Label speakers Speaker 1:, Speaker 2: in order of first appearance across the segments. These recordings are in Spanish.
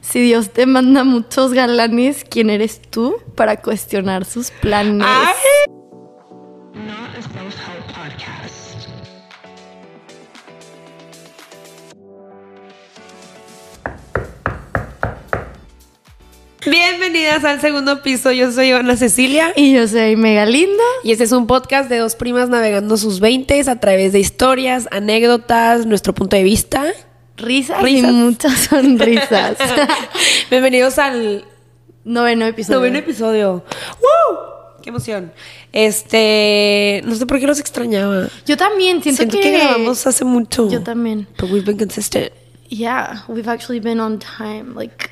Speaker 1: Si Dios te manda muchos galanes, ¿quién eres tú para cuestionar sus planes?
Speaker 2: Ay. Bienvenidas al segundo piso. Yo soy Ivana Cecilia.
Speaker 1: Y yo soy mega linda.
Speaker 2: Y este es un podcast de dos primas navegando sus veintes a través de historias, anécdotas, nuestro punto de vista.
Speaker 1: Risas,
Speaker 2: Risas.
Speaker 1: y muchas sonrisas.
Speaker 2: Bienvenidos al
Speaker 1: Noveno episodio.
Speaker 2: noveno episodio. ¡Woo! ¡Qué emoción! Este, no sé por qué los extrañaba.
Speaker 1: Yo también siento,
Speaker 2: Siento que... grabamos hace mucho.
Speaker 1: Yo también.
Speaker 2: But we've been consistent.
Speaker 1: Yeah, we've actually been on time, like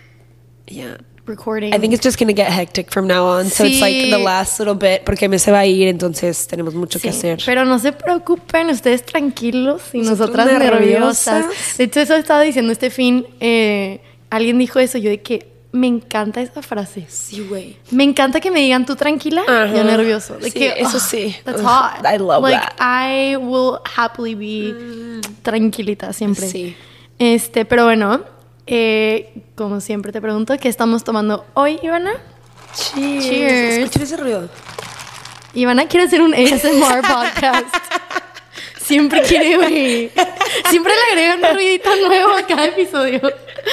Speaker 2: Yeah.
Speaker 1: recording.
Speaker 2: I think it's just gonna get hectic from now on. So it's like the
Speaker 1: Sí.
Speaker 2: last little bit porque me se va a ir, entonces tenemos mucho que
Speaker 1: Sí,
Speaker 2: hacer.
Speaker 1: Pero no se preocupen, ustedes tranquilos y
Speaker 2: Nosotras
Speaker 1: nosotras nerviosas.
Speaker 2: nerviosas.
Speaker 1: De hecho, eso estaba diciendo este fin. eh, alguien dijo eso, yo de que me encanta esa frase.
Speaker 2: Sí, güey.
Speaker 1: Me encanta que me digan tú tranquila,
Speaker 2: Ajá.
Speaker 1: yo nervioso. De
Speaker 2: Sí,
Speaker 1: que,
Speaker 2: eso
Speaker 1: oh,
Speaker 2: sí.
Speaker 1: That's
Speaker 2: Ugh,
Speaker 1: hot.
Speaker 2: I love
Speaker 1: like,
Speaker 2: that. Mm.
Speaker 1: I will happily be tranquilita siempre.
Speaker 2: Sí.
Speaker 1: Este, pero bueno, eh, como siempre te pregunto, ¿qué estamos tomando hoy, Ivana?
Speaker 2: Cheers.
Speaker 1: Cheers.
Speaker 2: Escuchen ese ruido.
Speaker 1: Ivana quiere hacer un ASMR podcast. Siempre quiere, güey. Siempre le agrega un ruidito nuevo a cada episodio.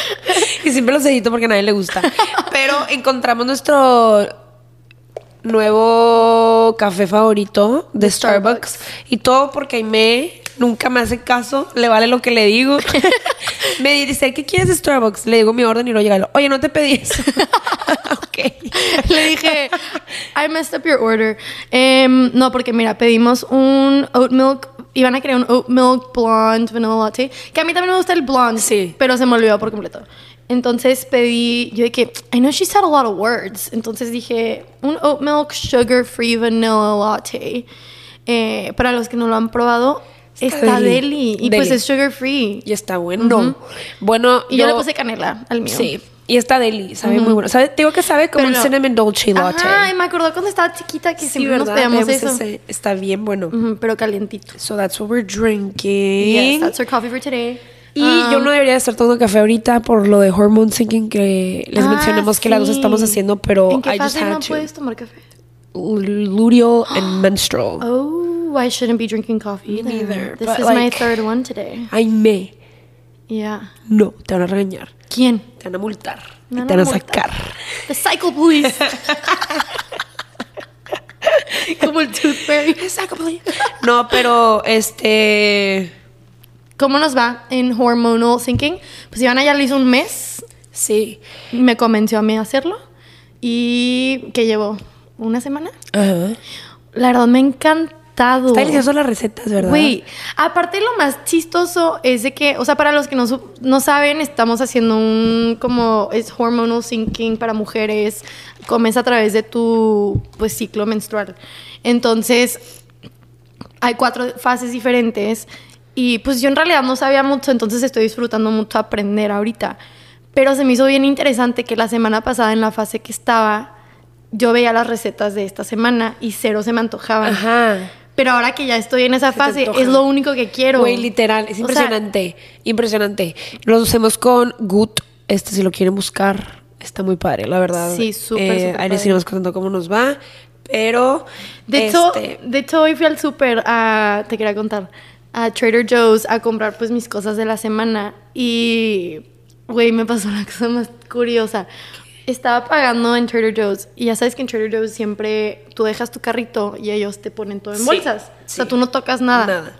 Speaker 2: Y siempre los edito porque a nadie le gusta. Pero encontramos nuestro nuevo café favorito de Starbucks. Y todo porque Aimee nunca me hace caso, le vale lo que le digo. me dice, ¿qué quieres de Starbucks? Le digo mi orden y luego llega, y lo, oye, no te pedí eso. ok.
Speaker 1: Le dije, I messed up your order. Em, no, porque mira, pedimos un oat milk. Ivana quería un oat milk blonde vanilla latte. Que a mí también me gusta el blonde.
Speaker 2: Sí.
Speaker 1: Pero se me olvidó por completo. Entonces pedí, yo dije, I know she said a lot of words. Entonces dije, un oat milk sugar free vanilla latte. Eh, para los que no lo han probado,
Speaker 2: Está
Speaker 1: está,
Speaker 2: deli.
Speaker 1: deli. Y pues
Speaker 2: Deli.
Speaker 1: es sugar free.
Speaker 2: Y está bueno. Bueno,
Speaker 1: Y yo le puse canela al mío.
Speaker 2: Sí. Y está deli, sabe muy bueno. ¿Sabe? Te digo que sabe como
Speaker 1: Pero
Speaker 2: un
Speaker 1: no.
Speaker 2: cinnamon dolce latte.
Speaker 1: Ay, me acordó cuando estaba chiquita que
Speaker 2: sí,
Speaker 1: siempre nos
Speaker 2: ¿verdad?
Speaker 1: pedíamos
Speaker 2: Pedimos
Speaker 1: eso.
Speaker 2: ese. Está bien bueno.
Speaker 1: Ujú, pero calientito.
Speaker 2: So that's what we're
Speaker 1: Yes,
Speaker 2: drinking.
Speaker 1: that's Ah. our coffee for today.
Speaker 2: Y yo no debería estar tomando café ahorita por lo de hormone sinking que les
Speaker 1: Ah,
Speaker 2: mencionamos que las dos
Speaker 1: sí.
Speaker 2: estamos haciendo, pero
Speaker 1: ¿En qué
Speaker 2: I just
Speaker 1: fase pues?
Speaker 2: had
Speaker 1: no
Speaker 2: to.
Speaker 1: puedes tomar café?
Speaker 2: Luteal and menstrual.
Speaker 1: Oh, I shouldn't be drinking coffee either.
Speaker 2: neither,
Speaker 1: This
Speaker 2: but
Speaker 1: is my
Speaker 2: like-
Speaker 1: third one today.
Speaker 2: Ay, me.
Speaker 1: Yeah.
Speaker 2: No, te van a regañar.
Speaker 1: ¿Quién?
Speaker 2: Te van a multar. y
Speaker 1: Me van
Speaker 2: te van a
Speaker 1: a multar.
Speaker 2: sacar.
Speaker 1: The cycle, please. Como el Tooth Fairy.
Speaker 2: No, pero este.
Speaker 1: ¿Cómo nos va en hormonal thinking? Pues Ivana ya lo hizo un mes.
Speaker 2: Sí.
Speaker 1: Me convenció a mí a hacerlo. Y que llevo una semana.
Speaker 2: Ajá.
Speaker 1: La verdad me ha encantado.
Speaker 2: Está delicioso las recetas, ¿verdad?
Speaker 1: Güey, aparte lo más chistoso es de que, o sea, para los que no, su- no saben, estamos haciendo un como es hormonal sinking para mujeres, comes a través de tu pues ciclo menstrual. Entonces, hay cuatro fases diferentes y pues yo en realidad no sabía mucho, entonces estoy disfrutando mucho aprender ahorita. Pero se me hizo bien interesante que la semana pasada en la fase que estaba yo veía las recetas de esta semana y cero se me antojaban.
Speaker 2: Ajá.
Speaker 1: Pero ahora que ya estoy en esa
Speaker 2: te
Speaker 1: fase,
Speaker 2: antoja.
Speaker 1: es lo único que quiero.
Speaker 2: Güey, literal, es
Speaker 1: O sea,
Speaker 2: impresionante, impresionante. Los usemos con Gut, este si lo quieren buscar, está muy padre, la verdad. Eh,
Speaker 1: Sí, súper, súper
Speaker 2: Ahí les
Speaker 1: padre.
Speaker 2: iremos contando cómo nos va, pero...
Speaker 1: de, hecho,
Speaker 2: este,
Speaker 1: de hecho, hoy fui al súper, a- te quería contar, a Trader Joe's a comprar pues mis cosas de la semana. Y, güey, me pasó una cosa más curiosa. Estaba pagando en Trader Joe's y ya sabes que en Trader Joe's siempre tú dejas tu carrito y ellos te ponen todo en
Speaker 2: Sí,
Speaker 1: bolsas. O sea,
Speaker 2: sí.
Speaker 1: tú no tocas nada.
Speaker 2: Nada.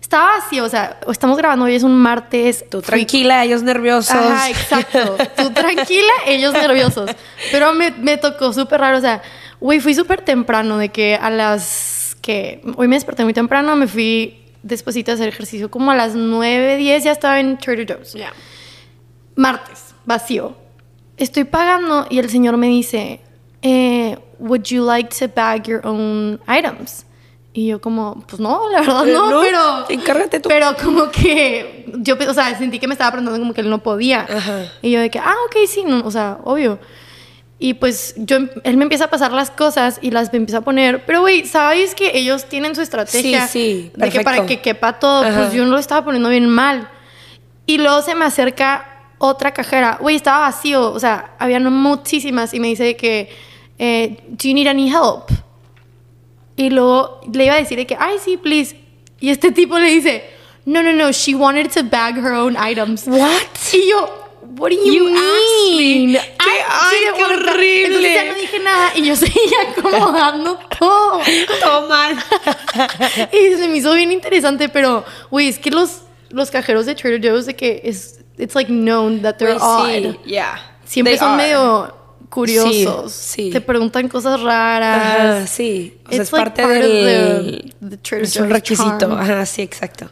Speaker 1: Estaba así, o sea, estamos grabando hoy, es un martes.
Speaker 2: Tú
Speaker 1: fui
Speaker 2: tranquila, ellos nerviosos.
Speaker 1: Ajá, exacto. Tú tranquila, ellos nerviosos. Pero me, me tocó súper raro. O sea, güey, fui súper temprano, de que a las que. Hoy me desperté muy temprano, me fui despuesito a hacer ejercicio, como a las 9, 10 ya estaba en Trader Joe's.
Speaker 2: Ya.
Speaker 1: Martes, vacío. Estoy pagando y el señor me dice, eh, ¿Would you like to bag your own items? Y yo como, pues no, la verdad no,
Speaker 2: Eh, No,
Speaker 1: pero...
Speaker 2: encárgate tú.
Speaker 1: Pero como que yo, o sea, sentí que me estaba preguntando como que él no podía.
Speaker 2: Ajá.
Speaker 1: Y yo de que, ah, ok, sí, no, o sea, obvio. Y pues yo, él me empieza a pasar las cosas y las me empieza a poner. Pero, güey, ¿sabes que ellos tienen su estrategia?
Speaker 2: Sí, sí,
Speaker 1: De que para
Speaker 2: perfecto.
Speaker 1: que quepa todo.
Speaker 2: Ajá.
Speaker 1: Pues yo no lo estaba poniendo bien mal. Y luego se me acerca otra cajera. Güey, estaba vacío. O sea, habían muchísimas. Y me dice de que, eh, ¿do you need any help? Y luego le iba a decir de que, ay, sí, please. Y este tipo le dice, no, no, no, she wanted to bag her own items.
Speaker 2: What?
Speaker 1: Y yo, what do you,
Speaker 2: You asked me.
Speaker 1: mean?
Speaker 2: Qué- ay,
Speaker 1: didn't
Speaker 2: qué
Speaker 1: want to bag-"
Speaker 2: horrible.
Speaker 1: Entonces ya no dije nada y yo seguía acomodando todo.
Speaker 2: Todo mal.
Speaker 1: Y se me hizo bien interesante, pero, güey, es que los, los cajeros de Trader Joe's de que es, it's like known that they're
Speaker 2: Güey,
Speaker 1: odd.
Speaker 2: Pues sí, yeah.
Speaker 1: Siempre
Speaker 2: They
Speaker 1: son
Speaker 2: are.
Speaker 1: medio curiosos.
Speaker 2: sí.
Speaker 1: Te preguntan cosas raras.
Speaker 2: Ajá, sí. O sea,
Speaker 1: It's
Speaker 2: es
Speaker 1: like
Speaker 2: parte
Speaker 1: part of
Speaker 2: del.
Speaker 1: the- the Trader
Speaker 2: es un
Speaker 1: Joe's
Speaker 2: requisito.
Speaker 1: charm. Mm-hmm.
Speaker 2: Ajá, sí, exacto.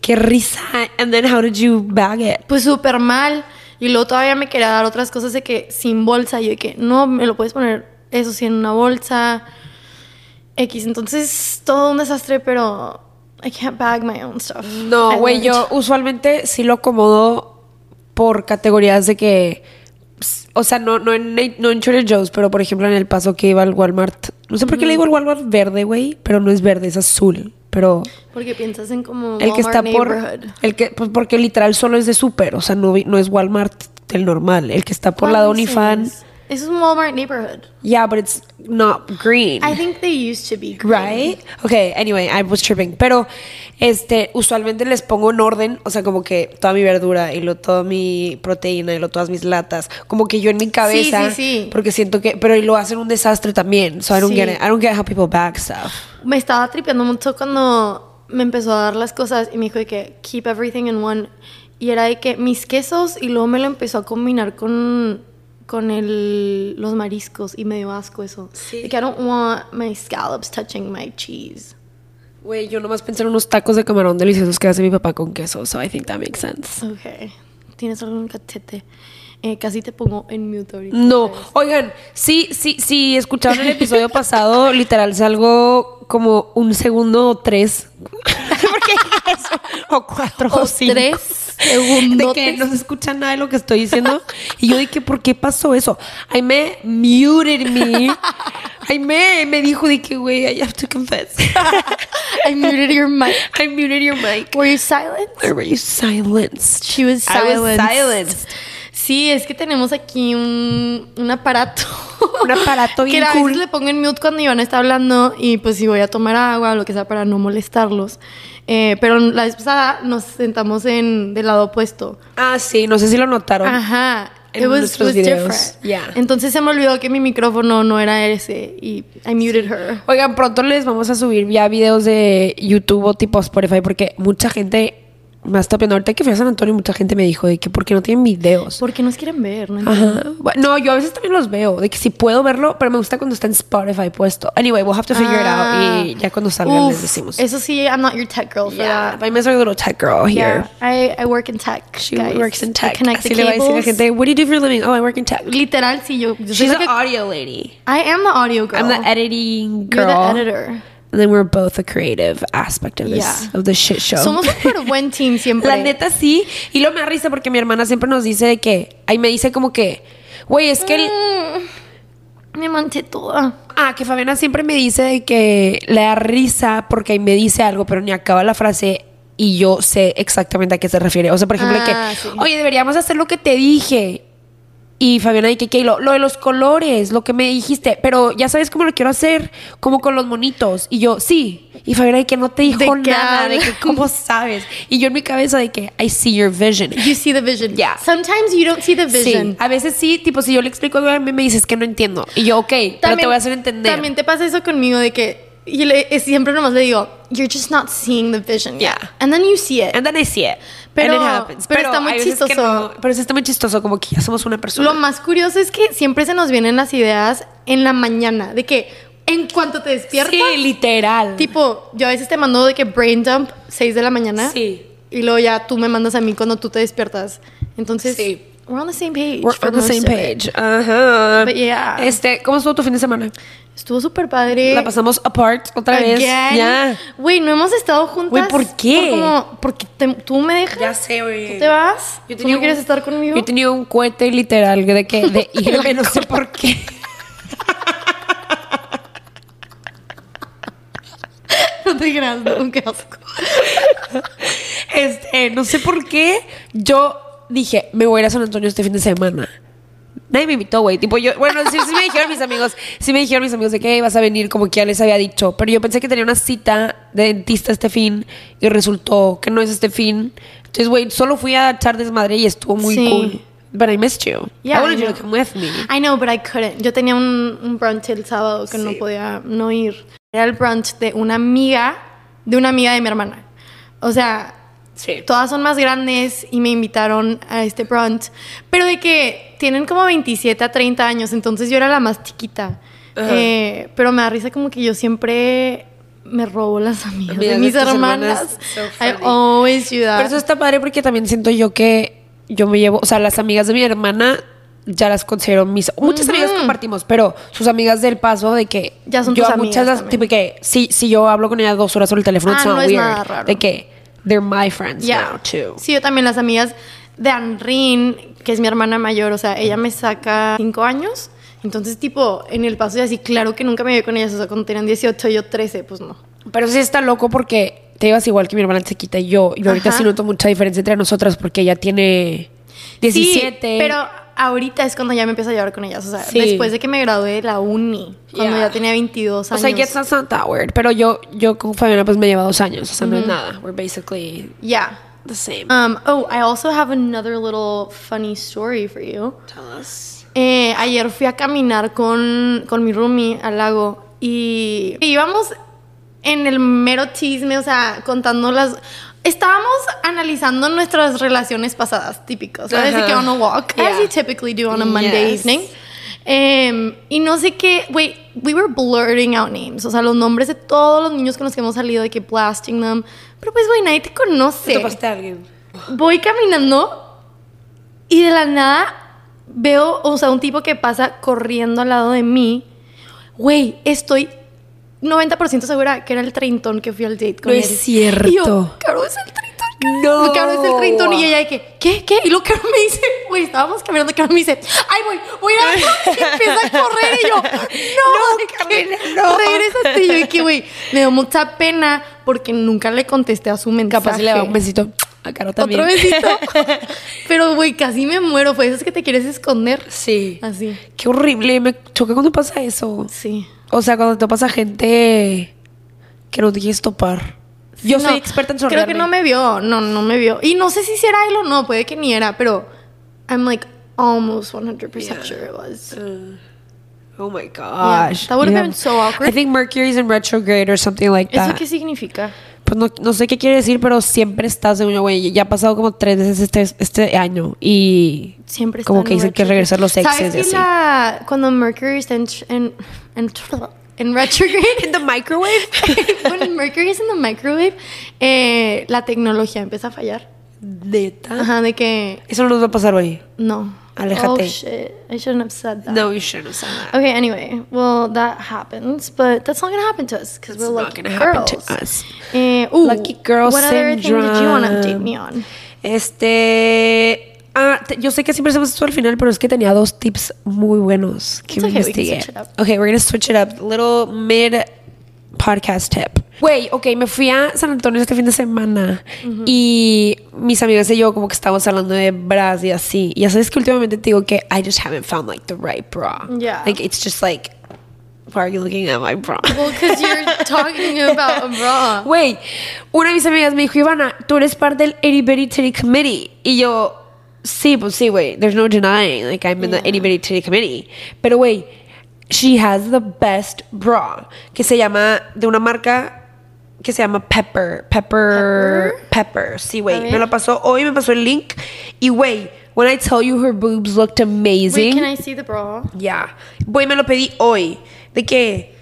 Speaker 2: Qué risa. And then how did you bag it?
Speaker 1: Pues súper mal. Y luego todavía me quería dar otras cosas de que sin bolsa. Y yo de que no, me lo puedes poner eso sí en una bolsa. X. Entonces, todo un desastre, pero I can't bag my own stuff.
Speaker 2: No,
Speaker 1: I
Speaker 2: güey,
Speaker 1: learned.
Speaker 2: yo usualmente sí lo acomodo por categorías de que. ps, O sea, no, no, en, no en Trader Joe's, pero por ejemplo en el paso que iba al Walmart. No sé por qué
Speaker 1: Mm-hmm.
Speaker 2: le digo al Walmart verde, güey, pero no es verde, es azul. Pero
Speaker 1: Porque piensas en como.
Speaker 2: el que está
Speaker 1: Walmart
Speaker 2: por.
Speaker 1: neighborhood.
Speaker 2: El que, pues, porque literal solo es de súper, o sea, no, vi- no es Walmart el normal. El que está por la
Speaker 1: ¿Cuál
Speaker 2: Donifan.
Speaker 1: es? Es un Walmart neighborhood.
Speaker 2: Yeah, but it's not green.
Speaker 1: I think they used to be green.
Speaker 2: Right? Okay, anyway, I was tripping. Pero, este, usualmente les pongo en orden, o sea, como que toda mi verdura y lo, toda mi proteína y lo, todas mis latas. Como que yo en mi cabeza.
Speaker 1: sí, sí.
Speaker 2: Porque siento que. Pero y lo hacen un desastre también. So I don't
Speaker 1: Sí.
Speaker 2: get it. I don't get how people bag stuff.
Speaker 1: Me estaba tripeando mucho cuando me empezó a dar las cosas y me dijo de que keep everything in one. Y era de que mis quesos y luego me lo empezó a combinar con, con el, los mariscos y me dio asco eso.
Speaker 2: Sí.
Speaker 1: De que I don't want my scallops touching my cheese.
Speaker 2: Güey, yo nomás pensé en unos tacos de camarón deliciosos que hace mi papá con queso. So I think that makes sense.
Speaker 1: Ok. ¿Tienes algún cachete? Eh, casi te pongo en mute ahorita.
Speaker 2: No, oigan, sí, sí, sí, escucharon el episodio pasado, literal salgo como un segundo o tres. Porque eso, o cuatro o,
Speaker 1: O
Speaker 2: cinco.
Speaker 1: tres
Speaker 2: De
Speaker 1: segundotes.
Speaker 2: que no se escucha nada de lo que estoy diciendo. Y yo de que, ¿por qué pasó eso? Aime muted me. Aime me dijo de que, güey, I have to confess.
Speaker 1: I muted your mic.
Speaker 2: I muted your mic.
Speaker 1: Were you silent?
Speaker 2: Or were you silenced?
Speaker 1: She was
Speaker 2: I was
Speaker 1: silenced.
Speaker 2: silenced.
Speaker 1: Sí, es que tenemos aquí un, un aparato.
Speaker 2: Un aparato bien
Speaker 1: que a
Speaker 2: cool.
Speaker 1: veces le pongo en mute cuando Iván está hablando y pues si voy a tomar agua o lo que sea para no molestarlos. Eh, pero la vez pasada nos sentamos en del lado opuesto.
Speaker 2: Ah, sí, no sé si lo notaron.
Speaker 1: Ajá.
Speaker 2: En
Speaker 1: It was,
Speaker 2: nuestros
Speaker 1: was
Speaker 2: videos.
Speaker 1: different.
Speaker 2: Yeah.
Speaker 1: Entonces se me olvidó que mi micrófono no era ese y I muted her.
Speaker 2: Oigan, pronto les vamos a subir ya videos de YouTube o tipo Spotify porque mucha gente me está pidiendo. Ahorita que fui a San Antonio, mucha gente me dijo de que porque no tienen videos.
Speaker 1: Porque nos quieren ver, ¿no?
Speaker 2: Ajá. Bueno, no, yo a veces también los veo, de que si puedo verlo, pero me gusta cuando está en Spotify puesto. Anyway, we'll have to figure
Speaker 1: Ah.
Speaker 2: it out y ya cuando salgan
Speaker 1: Uf,
Speaker 2: les decimos.
Speaker 1: Eso sí, I'm not your tech girl for
Speaker 2: yeah,
Speaker 1: that.
Speaker 2: I'm a little tech girl here.
Speaker 1: Yeah, I, I work in tech.
Speaker 2: She
Speaker 1: guys.
Speaker 2: works in
Speaker 1: I
Speaker 2: tech.
Speaker 1: connect the
Speaker 2: Así le va a decir a la
Speaker 1: cables.
Speaker 2: gente, what do you do for a living? Oh, I work in tech.
Speaker 1: Literal, sí, yo. yo soy
Speaker 2: She's
Speaker 1: la
Speaker 2: an
Speaker 1: que-
Speaker 2: audio lady.
Speaker 1: I am the audio girl.
Speaker 2: I'm the editing
Speaker 1: You're
Speaker 2: girl.
Speaker 1: the editor.
Speaker 2: And then we're both the creative aspect of this
Speaker 1: Yeah.
Speaker 2: of the shit show.
Speaker 1: Somos súper buen team siempre.
Speaker 2: La neta sí. Y lo me da risa porque mi hermana siempre nos dice de que. Ahí me dice como que. Güey, es que. el-
Speaker 1: Mm, me manché toda.
Speaker 2: ah, que Fabiana siempre me dice de que le da risa porque ahí me dice algo, pero ni acaba la frase y yo sé exactamente a qué se refiere. O sea, por ejemplo,
Speaker 1: Ah,
Speaker 2: que.
Speaker 1: sí.
Speaker 2: Oye, deberíamos hacer lo que te dije. Y Fabiana dice que lo, lo de los colores, lo que me dijiste, pero ya sabes cómo lo quiero hacer, como con los monitos. Y yo, sí. Y Fabiana de que no te dijo
Speaker 1: ¿De qué
Speaker 2: nada, de que
Speaker 1: hablas?
Speaker 2: cómo sabes. Y yo en mi cabeza de que I see your vision.
Speaker 1: You see the vision.
Speaker 2: Yeah.
Speaker 1: Sometimes you don't see the
Speaker 2: Sí,
Speaker 1: vision.
Speaker 2: a veces sí, tipo, si yo le explico algo a mí me dices que no entiendo. Y yo, ok, pero te voy a hacer entender.
Speaker 1: También te pasa eso conmigo de que y le- eh, siempre nomás le digo, you're just not seeing the vision. yet."
Speaker 2: Yeah.
Speaker 1: And then you see it.
Speaker 2: And then I see it.
Speaker 1: Pero-
Speaker 2: And it happens.
Speaker 1: pero está muy
Speaker 2: hay veces que
Speaker 1: chistoso.
Speaker 2: no, pero sí está muy chistoso, como que ya somos una persona.
Speaker 1: Lo más curioso es que siempre se nos vienen las ideas en la mañana, de que en cuanto te despiertas,
Speaker 2: sí, literal.
Speaker 1: Tipo, yo a veces te mando de que brain dump 6 de la mañana.
Speaker 2: Sí.
Speaker 1: Y luego ya tú me mandas a mí cuando tú te despiertas. Entonces,
Speaker 2: Sí.
Speaker 1: we're on the same page.
Speaker 2: We're
Speaker 1: for
Speaker 2: on the
Speaker 1: most
Speaker 2: same
Speaker 1: of it.
Speaker 2: page. Ajá.
Speaker 1: But yeah.
Speaker 2: Este, ¿cómo estuvo tu fin de semana?
Speaker 1: Estuvo súper padre.
Speaker 2: La pasamos apart otra vez.
Speaker 1: Again.
Speaker 2: Ya.
Speaker 1: Güey, no hemos estado juntas.
Speaker 2: Güey, ¿por qué?
Speaker 1: por como, porque te- tú me dejas.
Speaker 2: sé, güey.
Speaker 1: ¿Tú te vas?
Speaker 2: Yo
Speaker 1: ¿Tú
Speaker 2: tenía
Speaker 1: no quieres
Speaker 2: un-
Speaker 1: estar conmigo?
Speaker 2: Yo tenía un cohete literal de que de irme, no sé por qué.
Speaker 1: no te creas, no, qué asco.
Speaker 2: Este, no sé por qué yo dije, me voy a ir a San Antonio este fin de semana. Nadie me invitó, güey. Tipo, yo, bueno, sí, sí me dijeron mis amigos, sí me dijeron mis amigos de que "Ey, vas a venir, como que ya les había dicho. Pero yo pensé que tenía una cita de dentista este fin y resultó que no es este fin. Entonces, güey, solo fui a echar desmadre y estuvo muy
Speaker 1: Sí.
Speaker 2: cool. But I missed you.
Speaker 1: Yeah,
Speaker 2: I wanted
Speaker 1: I
Speaker 2: you to
Speaker 1: know. Ah,
Speaker 2: come with me.
Speaker 1: I know, but I couldn't. Yo tenía un, un brunch el sábado que no
Speaker 2: Sí.
Speaker 1: podía no ir. Era el brunch de una amiga, de una amiga de mi hermana. O sea,
Speaker 2: Sí.
Speaker 1: todas son más grandes y me invitaron a este brunch, pero de que tienen como 27 a 30 años, entonces yo era la más chiquita.
Speaker 2: Ajá.
Speaker 1: Eh, pero me da risa como que yo siempre me robo las amigas,
Speaker 2: Amigas
Speaker 1: de
Speaker 2: de
Speaker 1: mis
Speaker 2: tus
Speaker 1: hermanas.
Speaker 2: hermanas. So
Speaker 1: I
Speaker 2: funny.
Speaker 1: always do that.
Speaker 2: Pero eso está padre porque también siento yo que yo me llevo, o sea, las amigas de mi hermana ya las considero mis. Muchas amigas compartimos, pero sus amigas del paso de que.
Speaker 1: Ya son
Speaker 2: yo
Speaker 1: tus
Speaker 2: a
Speaker 1: amigas
Speaker 2: muchas las-
Speaker 1: también.
Speaker 2: tipo que si, si yo hablo con ellas dos horas sobre el teléfono,
Speaker 1: Ah,
Speaker 2: it's
Speaker 1: no
Speaker 2: not
Speaker 1: es
Speaker 2: weird.
Speaker 1: nada raro.
Speaker 2: De que they're my friends
Speaker 1: Yeah.
Speaker 2: now too.
Speaker 1: Sí, yo también las amigas de Anrin, que es mi hermana mayor, o sea, ella me saca cinco años. Entonces, tipo, en el paso de así, claro que nunca me vi con ellas. O sea, cuando tenían 18, yo 13, pues no.
Speaker 2: Pero sí está loco porque te ibas igual que mi hermana chiquita y yo. Y ahorita
Speaker 1: Ajá.
Speaker 2: sí noto mucha diferencia entre nosotras porque ella tiene 17.
Speaker 1: Sí, pero ahorita es cuando ya me empiezo a llevar con ellas. O sea,
Speaker 2: Sí.
Speaker 1: después de que me gradué de la uni, cuando
Speaker 2: Yeah.
Speaker 1: ya tenía 22
Speaker 2: O
Speaker 1: años.
Speaker 2: sea, yes, that's not that weird. Pero yo, yo con Fabiana pues me lleva dos años. O sea, no es nada. We're basically
Speaker 1: Yeah.
Speaker 2: the same.
Speaker 1: Um, oh, I also have another little funny story for you.
Speaker 2: Tell us.
Speaker 1: Eh, ayer fui a caminar con, con mi roomie al lago y y íbamos en el mero chisme, o sea, contando las... Estábamos analizando nuestras relaciones pasadas, típicos, ¿sabes? De
Speaker 2: Ajá.
Speaker 1: que on a walk, as
Speaker 2: Yeah.
Speaker 1: you typically do on a Monday
Speaker 2: Yes.
Speaker 1: evening. Em, y no sé qué, wait, we were blurting out names, o sea, los nombres de todos los niños con los que hemos salido, de que blasting them. Pero pues, güey, nadie te conoce
Speaker 2: a alguien?
Speaker 1: voy caminando y de la nada veo, o sea, un tipo que pasa corriendo al lado de mí. Güey, estoy 90% segura que era el treintón que fui al date con
Speaker 2: No
Speaker 1: él.
Speaker 2: es cierto.
Speaker 1: Y yo, Caro es el treintón. Caro".
Speaker 2: No.
Speaker 1: Caro es el treintón. Y ella de que, ¿qué? ¿Qué? Y lo Caro me dice, güey, estábamos caminando. Caro me dice, ay, voy, voy a ir a y empieza a correr. Y yo, no,
Speaker 2: No,
Speaker 1: ¿qué?
Speaker 2: Carolina, no.
Speaker 1: Regrésate. Y yo de que, güey, me dio mucha pena porque nunca le contesté a su mensaje.
Speaker 2: Capaz le da un besito a Caro también.
Speaker 1: Otro besito. Pero, güey, casi me muero. Fue esas que te quieres esconder.
Speaker 2: sí.
Speaker 1: Así.
Speaker 2: Ah. Qué horrible. Me choca cuando pasa eso.
Speaker 1: Sí.
Speaker 2: O sea, cuando te pasa gente que no te quieres topar. Yo
Speaker 1: No,
Speaker 2: soy experta en
Speaker 1: Creo
Speaker 2: sorprenderme.
Speaker 1: que no me vio. No, no me vio. Y no sé si sí era él o no. Puede que ni era, pero I'm like almost 100% sure it was.
Speaker 2: Oh my gosh.
Speaker 1: that would've been so awkward.
Speaker 2: I think Mercury's in retrograde or something like
Speaker 1: ¿Eso
Speaker 2: that.
Speaker 1: qué significa?
Speaker 2: Pues no, no sé qué quiere decir, pero siempre está, según yo, güey. Ya ha pasado como tres veces este, este año. Y.
Speaker 1: Siempre está
Speaker 2: Como
Speaker 1: en
Speaker 2: que dicen que
Speaker 1: retrograde.
Speaker 2: regresar los
Speaker 1: ¿Sabes
Speaker 2: exes y
Speaker 1: que
Speaker 2: así.
Speaker 1: la- cuando Mercury está en, en, en, en
Speaker 2: In
Speaker 1: retrograde?
Speaker 2: the microwave?
Speaker 1: When Mercury is in the microwave, eh, la tecnología empieza a fallar.
Speaker 2: Neta.
Speaker 1: Ajá, de que
Speaker 2: Eso no nos va a pasar hoy.
Speaker 1: No.
Speaker 2: Aléjate.
Speaker 1: Oh shit. I shouldn't have said that.
Speaker 2: you shouldn't have said that.
Speaker 1: Okay, anyway, well, that happens, but that's not gonna happen to us because
Speaker 2: That's
Speaker 1: we're
Speaker 2: not
Speaker 1: lucky
Speaker 2: gonna happen
Speaker 1: girls.
Speaker 2: to us.
Speaker 1: Eh, ooh,
Speaker 2: Lucky girl
Speaker 1: What other thing did you want to update
Speaker 2: syndrome.
Speaker 1: me on?
Speaker 2: Este. Ah, te- yo sé que siempre hacemos esto al final, pero es que tenía dos tips muy buenos que
Speaker 1: It's okay, we can
Speaker 2: investigué.
Speaker 1: switch it up.
Speaker 2: Okay, we're gonna switch it up. Little mid podcast tip. Güey, ok, me fui a San Antonio este fin de semana y mis amigas y yo como que estábamos hablando de bras y así. Y ya sabes que últimamente te digo que I just haven't found like the right bra.
Speaker 1: Yeah.
Speaker 2: Like it's just like, why are you looking at my bra?
Speaker 1: Well, because you're talking about a bra.
Speaker 2: Güey, una de mis amigas me dijo, Ivana, tú eres parte del Itty Bitty Titty Committee. Y yo, sí, pues sí, güey, there's no denying, like I'm in the Itty Bitty Titty Committee. Pero, güey, she has the best bra, que se llama, de una marca que se llama Pepper, Pepper, Pepper, sí,
Speaker 1: A
Speaker 2: güey.
Speaker 1: ver.
Speaker 2: Me la pasó, hoy me pasó el link. Y, güey, when I tell you her boobs looked
Speaker 1: Wait,
Speaker 2: amazing.
Speaker 1: can I see the bra?
Speaker 2: Yeah. Güey, me lo pedí hoy. ¿De qué?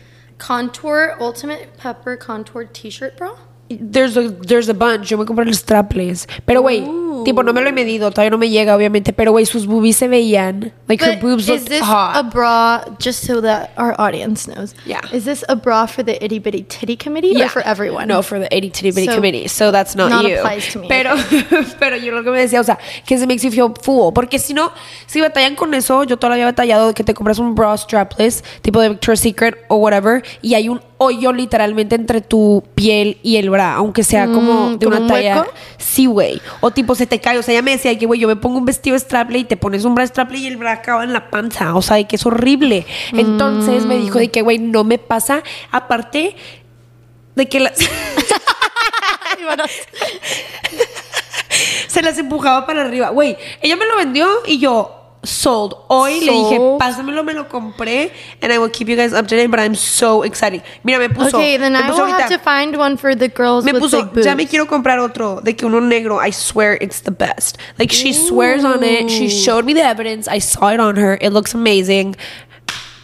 Speaker 1: Contour Ultimate Pepper Contour T-shirt bra.
Speaker 2: There's a, there's a bunch. Yo me compré los strapless. Pero, güey, tipo, no me lo he medido. Todavía no me llega, obviamente. Pero, güey, sus boobies se veían. Like, her
Speaker 1: But
Speaker 2: boobs
Speaker 1: is
Speaker 2: looked
Speaker 1: this a
Speaker 2: hot.
Speaker 1: bra just so that our audience knows?
Speaker 2: Yeah.
Speaker 1: Is this a bra for the itty bitty titty committee
Speaker 2: Yeah.
Speaker 1: or for everyone?
Speaker 2: No, for the itty titty bitty
Speaker 1: So,
Speaker 2: committee. So that's not,
Speaker 1: not
Speaker 2: you.
Speaker 1: applies to me,
Speaker 2: Pero, pero yo lo que me decía, o sea, que it makes you feel full. Porque si no, si batallan con eso, yo todavía he batallado de que te compras un bra strapless, tipo de Victoria's Secret o whatever, y hay un hoyo literalmente entre tu piel y el bra, aunque sea como
Speaker 1: Mm,
Speaker 2: de
Speaker 1: ¿como
Speaker 2: una
Speaker 1: un
Speaker 2: talla.
Speaker 1: hueco?
Speaker 2: Sí, güey. O tipo, se te cae. O sea, ella me decía de que, güey, yo me pongo un vestido straple y te pones un bra straple y el bra acaba en la panza. O sea, de que es horrible. Entonces me
Speaker 1: Mm.
Speaker 2: dijo de que, güey, no me pasa. Aparte de que las-
Speaker 1: Ay, bueno.
Speaker 2: se las empujaba para arriba. Güey, ella me lo vendió y yo. Sold. Hoy le dije,
Speaker 1: Sold.
Speaker 2: pásamelo, me lo compré. And I will keep you guys up to date, but I'm so excited. Mira, me puso.
Speaker 1: Okay, then
Speaker 2: me
Speaker 1: I
Speaker 2: puso
Speaker 1: will have to
Speaker 2: ahorita-
Speaker 1: find one for the girls
Speaker 2: Me
Speaker 1: with
Speaker 2: puso,
Speaker 1: big boobs.
Speaker 2: ya me quiero comprar otro, de que uno negro, I swear it's the best. Like, she swears on it, she showed me the evidence, I saw it on her, it looks amazing,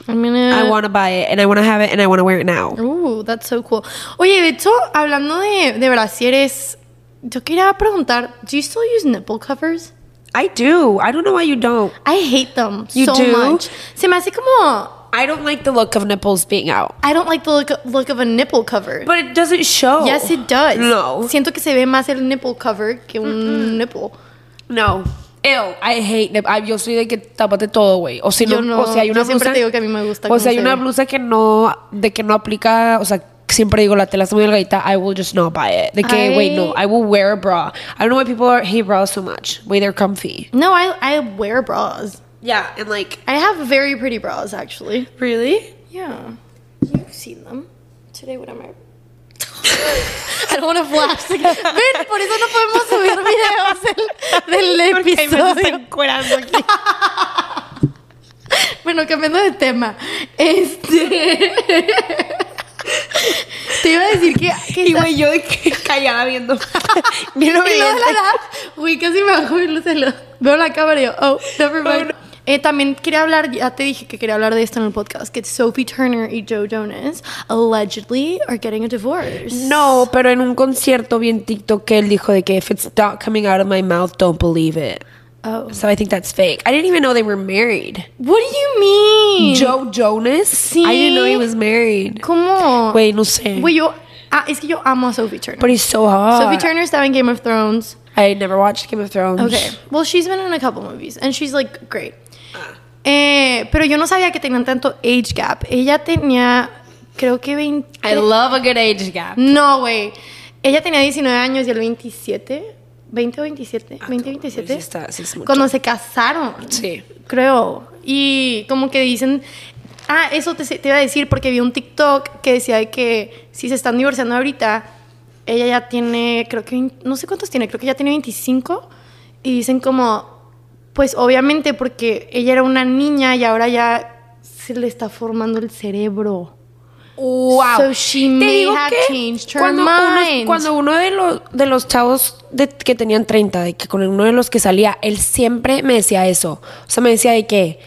Speaker 1: I'm gonna-
Speaker 2: I want to buy it, and I want to have it, and I want to wear it now.
Speaker 1: Uh, that's so cool. Oye, de hecho, hablando de, de brasieres, yo quería preguntar, do you still use nipple covers?
Speaker 2: I do, I don't know why you don't.
Speaker 1: I hate them
Speaker 2: You
Speaker 1: so
Speaker 2: do?
Speaker 1: much. Se me hace como
Speaker 2: I don't like the look of nipples being out.
Speaker 1: I don't like the look, look of a nipple cover.
Speaker 2: But it doesn't show.
Speaker 1: yes, it does.
Speaker 2: No.
Speaker 1: Siento que se ve más el nipple cover que un nipple.
Speaker 2: No. Ew, I hate nip- ah, Yo soy de que tapate todo, güey. O si no,
Speaker 1: Yo no,
Speaker 2: o si hay
Speaker 1: yo
Speaker 2: una
Speaker 1: siempre
Speaker 2: blusa.
Speaker 1: te digo que a mí me gusta
Speaker 2: O
Speaker 1: cómo
Speaker 2: si hay
Speaker 1: se
Speaker 2: una
Speaker 1: ve.
Speaker 2: blusa que no, de que no aplica, o sea, siempre digo la tela está muy delgadita, I will just not buy it. De que,
Speaker 1: I-
Speaker 2: güey, no, I will wear a bra. I don't know why people are, hate bras so much. Way they're comfy.
Speaker 1: No, I, I wear bras.
Speaker 2: Yeah, and like.
Speaker 1: I have very pretty bras, actually.
Speaker 2: Really?
Speaker 1: Yeah. You've seen them. Today, what am I? I don't want to flash. Ven, por eso no podemos subir videos del, del episodio. Bueno, cambiando de tema. Este. Te iba a decir que. que
Speaker 2: Y
Speaker 1: esta-
Speaker 2: güey, yo de que callada viendo. Bien
Speaker 1: Y luego de la
Speaker 2: obediente.
Speaker 1: nada, uy, casi me bajó el lucelo. Veo la cámara y yo, oh, never mind.
Speaker 2: Oh,
Speaker 1: Eh, también quería hablar, ya te dije que quería hablar de esto en el podcast, que Sophie Turner y Joe Jonas allegedly are getting a divorce.
Speaker 2: No, pero en un concierto vi en TikTok que él dijo de que if it's not coming out of my mouth, don't believe it.
Speaker 1: Oh.
Speaker 2: So I think that's fake. I didn't even know they were married.
Speaker 1: What do you mean?
Speaker 2: Joe Jonas?
Speaker 1: Sí.
Speaker 2: I didn't know he was married.
Speaker 1: ¿Cómo?
Speaker 2: Güey, no sé.
Speaker 1: Güey, yo, ah, es que yo amo a Sophie Turner.
Speaker 2: But he's so hot.
Speaker 1: Sophie Turner estaba en Game of Thrones.
Speaker 2: I never watched Game of Thrones.
Speaker 1: Okay. Well, she's been in a couple movies and she's like great. Eh, pero yo no sabía que tenían tanto age gap. Ella tenía, creo que 20.
Speaker 2: I love a good age gap.
Speaker 1: No, güey. Ella tenía 19 años y el 27. 20 o 27. 20 o
Speaker 2: Ah, sí
Speaker 1: 27.
Speaker 2: está- sí es mucho.
Speaker 1: cuando se casaron.
Speaker 2: Sí.
Speaker 1: Creo. Y como que dicen. Ah, eso te, te iba a decir porque vi un TikTok que decía de que si se están divorciando ahorita, ella ya tiene, creo que, vein- no sé cuántos tiene, creo que ya tiene 25. Y dicen como, pues obviamente porque ella era una niña y ahora ya se le está formando el cerebro.
Speaker 2: Wow.
Speaker 1: So she may have changed her
Speaker 2: cuando, Uno,
Speaker 1: mind.
Speaker 2: cuando uno de los, de los chavos de- que tenían 30, de que con uno de los que salía, él siempre me decía eso. O sea, me decía de que.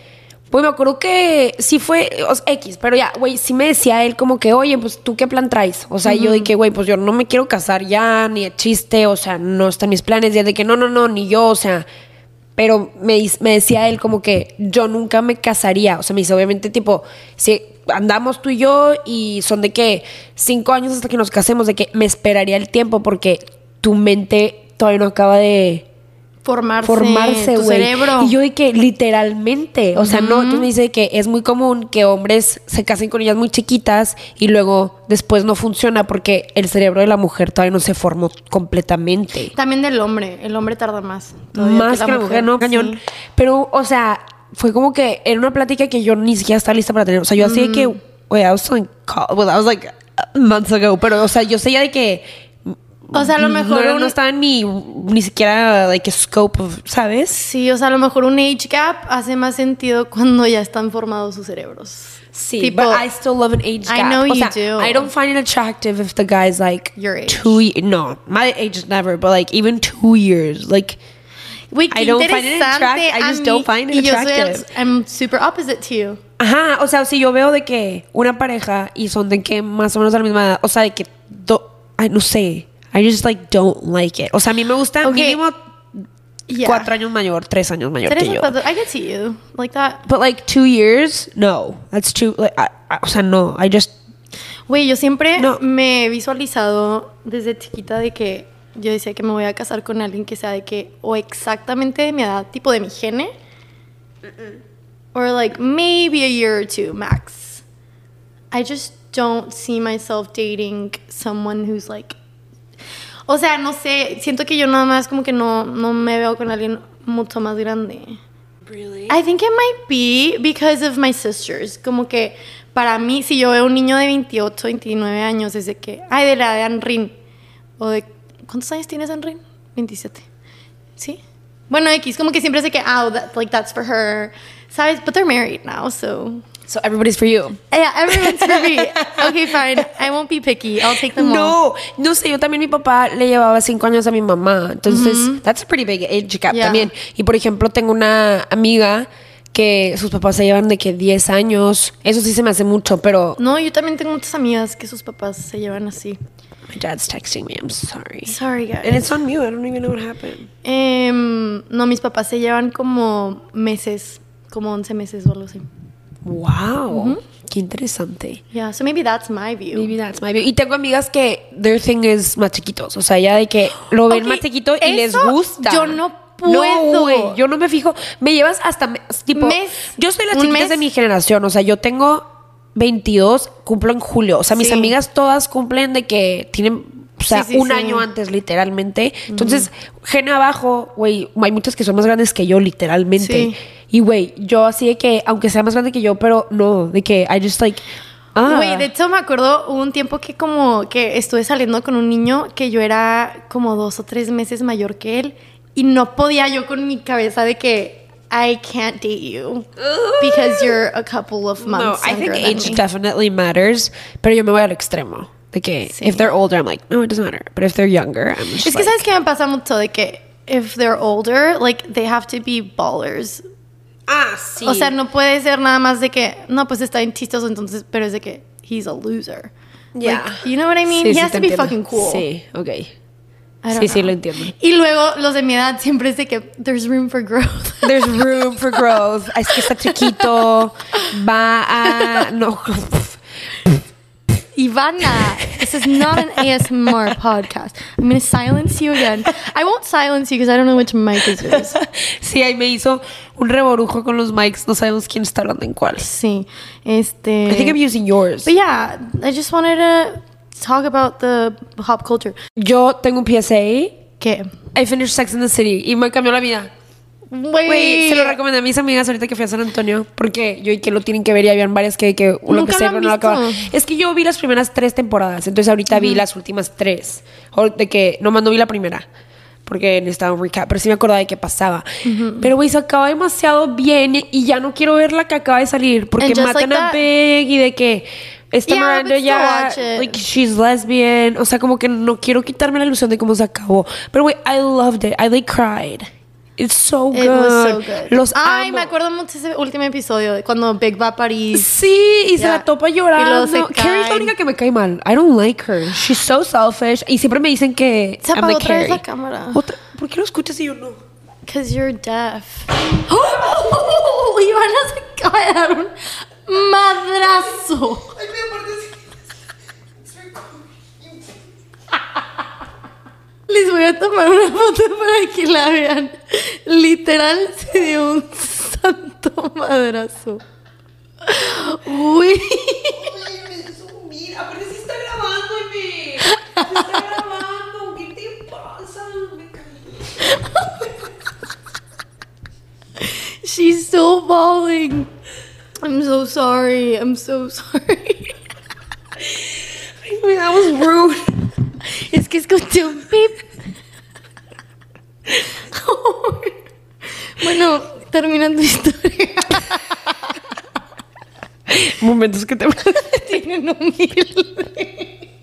Speaker 2: Pues me acuerdo que sí fue o sea, X, pero ya, güey, sí me decía él como que, oye, pues tú qué plan traes. O sea, yo de que, güey, pues yo no me quiero casar ya, ni de chiste, o sea, no están mis planes. Y él de que, no, no, no, ni yo, o sea. Pero me, dis- me decía él como que yo nunca me casaría. O sea, me dice, obviamente, tipo, si andamos tú y yo y son de que cinco años hasta que nos casemos, de que me esperaría el tiempo porque tu mente todavía no acaba de
Speaker 1: Formarse.
Speaker 2: formarse,
Speaker 1: tu
Speaker 2: güey.
Speaker 1: cerebro.
Speaker 2: Y yo de que literalmente, o sea, no, entonces me dice que es muy común que hombres se casen con ellas muy chiquitas y luego después no funciona porque el cerebro de la mujer todavía no se formó completamente
Speaker 1: También del hombre. El hombre tarda más. todavía
Speaker 2: más que la mujer, ¿no? Cañón.
Speaker 1: Sí.
Speaker 2: Pero, o sea, fue como que era una plática que yo ni siquiera estaba lista para tener. O sea, yo así de que,
Speaker 1: Mm.
Speaker 2: güey, I was still in co- well, that was like months ago. Pero, o sea, yo sé ya de que.
Speaker 1: O sea, a lo mejor
Speaker 2: No,
Speaker 1: un-
Speaker 2: no estaba ni, ni siquiera, like, scope of, ¿sabes?
Speaker 1: Sí, o sea, a lo mejor un age gap hace más sentido cuando ya están formados sus cerebros.
Speaker 2: Sí,
Speaker 1: Tipo,
Speaker 2: but I still love an age gap.
Speaker 1: I know
Speaker 2: o
Speaker 1: you
Speaker 2: sea,
Speaker 1: do.
Speaker 2: I don't find it attractive if the guy's like
Speaker 1: Your age.
Speaker 2: two. ye- No, my age is never, but like even two years, like
Speaker 1: Güey, qué
Speaker 2: I don't find it
Speaker 1: interesante.
Speaker 2: attract- I
Speaker 1: a
Speaker 2: just
Speaker 1: mí-
Speaker 2: don't find it
Speaker 1: y yo soy-
Speaker 2: attractive.
Speaker 1: I'm super opposite to you.
Speaker 2: Ajá, o sea, si yo veo de que una pareja y son de que más o menos a la misma edad, o sea, de que do- ay, no sé, I just like don't like it. O sea, a mí me gusta
Speaker 1: Ok.
Speaker 2: mínimo
Speaker 1: Yeah.
Speaker 2: cuatro años mayor, tres años mayor
Speaker 1: Tres
Speaker 2: que
Speaker 1: o
Speaker 2: yo.
Speaker 1: cuatro- I can see you like that.
Speaker 2: But like two years, no, that's too, like, I- I- o sea, no, I just,
Speaker 1: Güey, yo siempre
Speaker 2: No.
Speaker 1: me he visualizado desde chiquita de que yo decía que me voy a casar con alguien que sea de que o exactamente de mi edad, tipo de mi gene, or like maybe a year or two max. I just don't see myself dating someone who's like. O sea, no sé, siento que yo nada más como que no, no me veo con alguien mucho más grande.
Speaker 2: Really?
Speaker 1: I think it might be because of my sisters. Como que para mí, si yo veo un niño de 28, 29 años, es de que, ay, de la de Anrin. O de, ¿cuántos años tienes Anrin? 27. ¿Sí? Bueno, X, como que siempre es de que, oh, that, like, that's for her. ¿Sabes? But they're married now, so.
Speaker 2: So everybody's for you.
Speaker 1: Yeah, everyone's for me. Okay, fine. I won't be picky. I'll take them all.
Speaker 2: No, no sé, yo también mi papá le llevaba cinco años a mi mamá, entonces that's a pretty big age gap
Speaker 1: Yeah.
Speaker 2: también. Y por ejemplo tengo una amiga que sus papás se llevan de que 10 años, eso sí se me hace mucho, pero
Speaker 1: No, yo también tengo muchas amigas que sus papás se llevan así.
Speaker 2: my dad's texting me, I'm sorry.
Speaker 1: Sorry, guys.
Speaker 2: And it's on mute, I don't even know what happened.
Speaker 1: Em, no, mis papás se llevan como meses, como 11 meses o algo así.
Speaker 2: Wow, qué interesante.
Speaker 1: Yeah, so maybe that's my view.
Speaker 2: Maybe that's my view. Y tengo amigas que their thing es más chiquitos. O sea, ya de que lo ven
Speaker 1: Ok,
Speaker 2: más chiquito y les
Speaker 1: eso
Speaker 2: gusta.
Speaker 1: yo no
Speaker 2: No,
Speaker 1: puedo.
Speaker 2: güey, yo no me fijo. Me llevas hasta me- tipo.
Speaker 1: Mes.
Speaker 2: Yo soy la
Speaker 1: Un
Speaker 2: chiquita
Speaker 1: mes.
Speaker 2: de mi generación. O sea, yo tengo 22, cumplo en julio. O sea, mis
Speaker 1: Sí.
Speaker 2: amigas todas cumplen de que tienen. O sea,
Speaker 1: Sí, sí,
Speaker 2: un
Speaker 1: sí.
Speaker 2: año antes, literalmente. Entonces, gen abajo, güey, hay muchas que son más grandes que yo, literalmente.
Speaker 1: Sí.
Speaker 2: Y, güey, yo así de que, aunque sea más grande que yo, pero no, de que I just like. Ah.
Speaker 1: Güey, de hecho me acuerdo hubo un tiempo que como que estuve saliendo con un niño que yo era como dos o tres meses mayor que él y no podía yo con mi cabeza de que I can't date you because you're a couple of months.
Speaker 2: No, I think
Speaker 1: younger than
Speaker 2: age
Speaker 1: me."
Speaker 2: definitely matters, pero yo me voy al extremo. De que
Speaker 1: Sí.
Speaker 2: if they're older, I'm like, no, it doesn't matter. But if they're younger, I'm just
Speaker 1: Es que
Speaker 2: like,
Speaker 1: sabes que me pasa mucho de que if they're older, like they have to be ballers.
Speaker 2: ah, sí.
Speaker 1: O sea, no puede ser nada más de que no, pues está en chistoso entonces, pero es de que he's a loser.
Speaker 2: Yeah.
Speaker 1: Like, you know what I mean? He has
Speaker 2: Ah. te
Speaker 1: to be
Speaker 2: entiendo.
Speaker 1: fucking cool.
Speaker 2: Sí, ok.
Speaker 1: I don't
Speaker 2: Sí, sí,
Speaker 1: know.
Speaker 2: lo entiendo.
Speaker 1: Y luego los de mi edad siempre es de que there's room for growth.
Speaker 2: There's room for growth. Ah, Es que está chiquito. Va a. No.
Speaker 1: Ivana, this is not an ASMR podcast. I'm going to silence you again. I won't silence you because I don't know which mic this is.
Speaker 2: Sí, ahí me hizo un reborujo con los mics. No sabemos quién está hablando en cuál.
Speaker 1: Sí. Este.
Speaker 2: I think I'm using yours.
Speaker 1: But yeah, I just wanted to talk about the pop culture.
Speaker 2: Yo tengo un PSA.
Speaker 1: ¿Qué?
Speaker 2: I finished Sex in the City y me cambió la vida. Güey,
Speaker 1: Güey,
Speaker 2: se lo recomendé a mis amigas ahorita que fui a San Antonio porque yo y que lo tienen que ver y habían varias que, que lo
Speaker 1: Nunca
Speaker 2: empecé
Speaker 1: lo han
Speaker 2: pero no lo acababa.
Speaker 1: visto.
Speaker 2: Es que yo vi las primeras tres temporadas, entonces ahorita vi las últimas tres. O de que nomás no vi la primera porque necesitaba un recap, pero sí me acordaba de qué pasaba. Pero güey, se acaba demasiado bien y ya no quiero ver la que acaba de salir porque
Speaker 1: And just
Speaker 2: matan
Speaker 1: like
Speaker 2: a
Speaker 1: that.
Speaker 2: Peg y de que esta
Speaker 1: Yeah,
Speaker 2: Miranda
Speaker 1: but still
Speaker 2: ya
Speaker 1: watch it.
Speaker 2: like, she's lesbian, o sea, como que no quiero quitarme la ilusión de cómo se acabó. Pero güey, I loved it. I like cried. It's so
Speaker 1: It was so
Speaker 2: good.
Speaker 1: good.
Speaker 2: Los
Speaker 1: Ay,
Speaker 2: amo.
Speaker 1: me acuerdo mucho ese último episodio de cuando Big va a París.
Speaker 2: Sí, y se
Speaker 1: Ya.
Speaker 2: la topa
Speaker 1: Y luego se
Speaker 2: llorando. Carrie es
Speaker 1: caen.
Speaker 2: la única que me cae mal. I don't like her. She's so selfish. Y siempre me dicen que
Speaker 1: Se
Speaker 2: I'm
Speaker 1: apagó
Speaker 2: like
Speaker 1: otra vez la
Speaker 2: Carrie.
Speaker 1: cámara.
Speaker 2: Otra- ¿Por qué lo escuchas y yo no?
Speaker 1: Because you're deaf. ¡Oh! Ivana se acaba de dar un madrazo. Les voy a tomar una foto para que la vean. Literal se dio un santo madrazo. Uy.
Speaker 2: me mira. Aparte sí está grabando, me. está grabando. ¿Qué te pasa?
Speaker 1: She's so bawling. I'm so sorry. I'm so sorry.
Speaker 2: that was rude.
Speaker 1: Es que escuché un pip. bueno, termina tu historia.
Speaker 2: Momentos que te...
Speaker 1: Tienen humilde.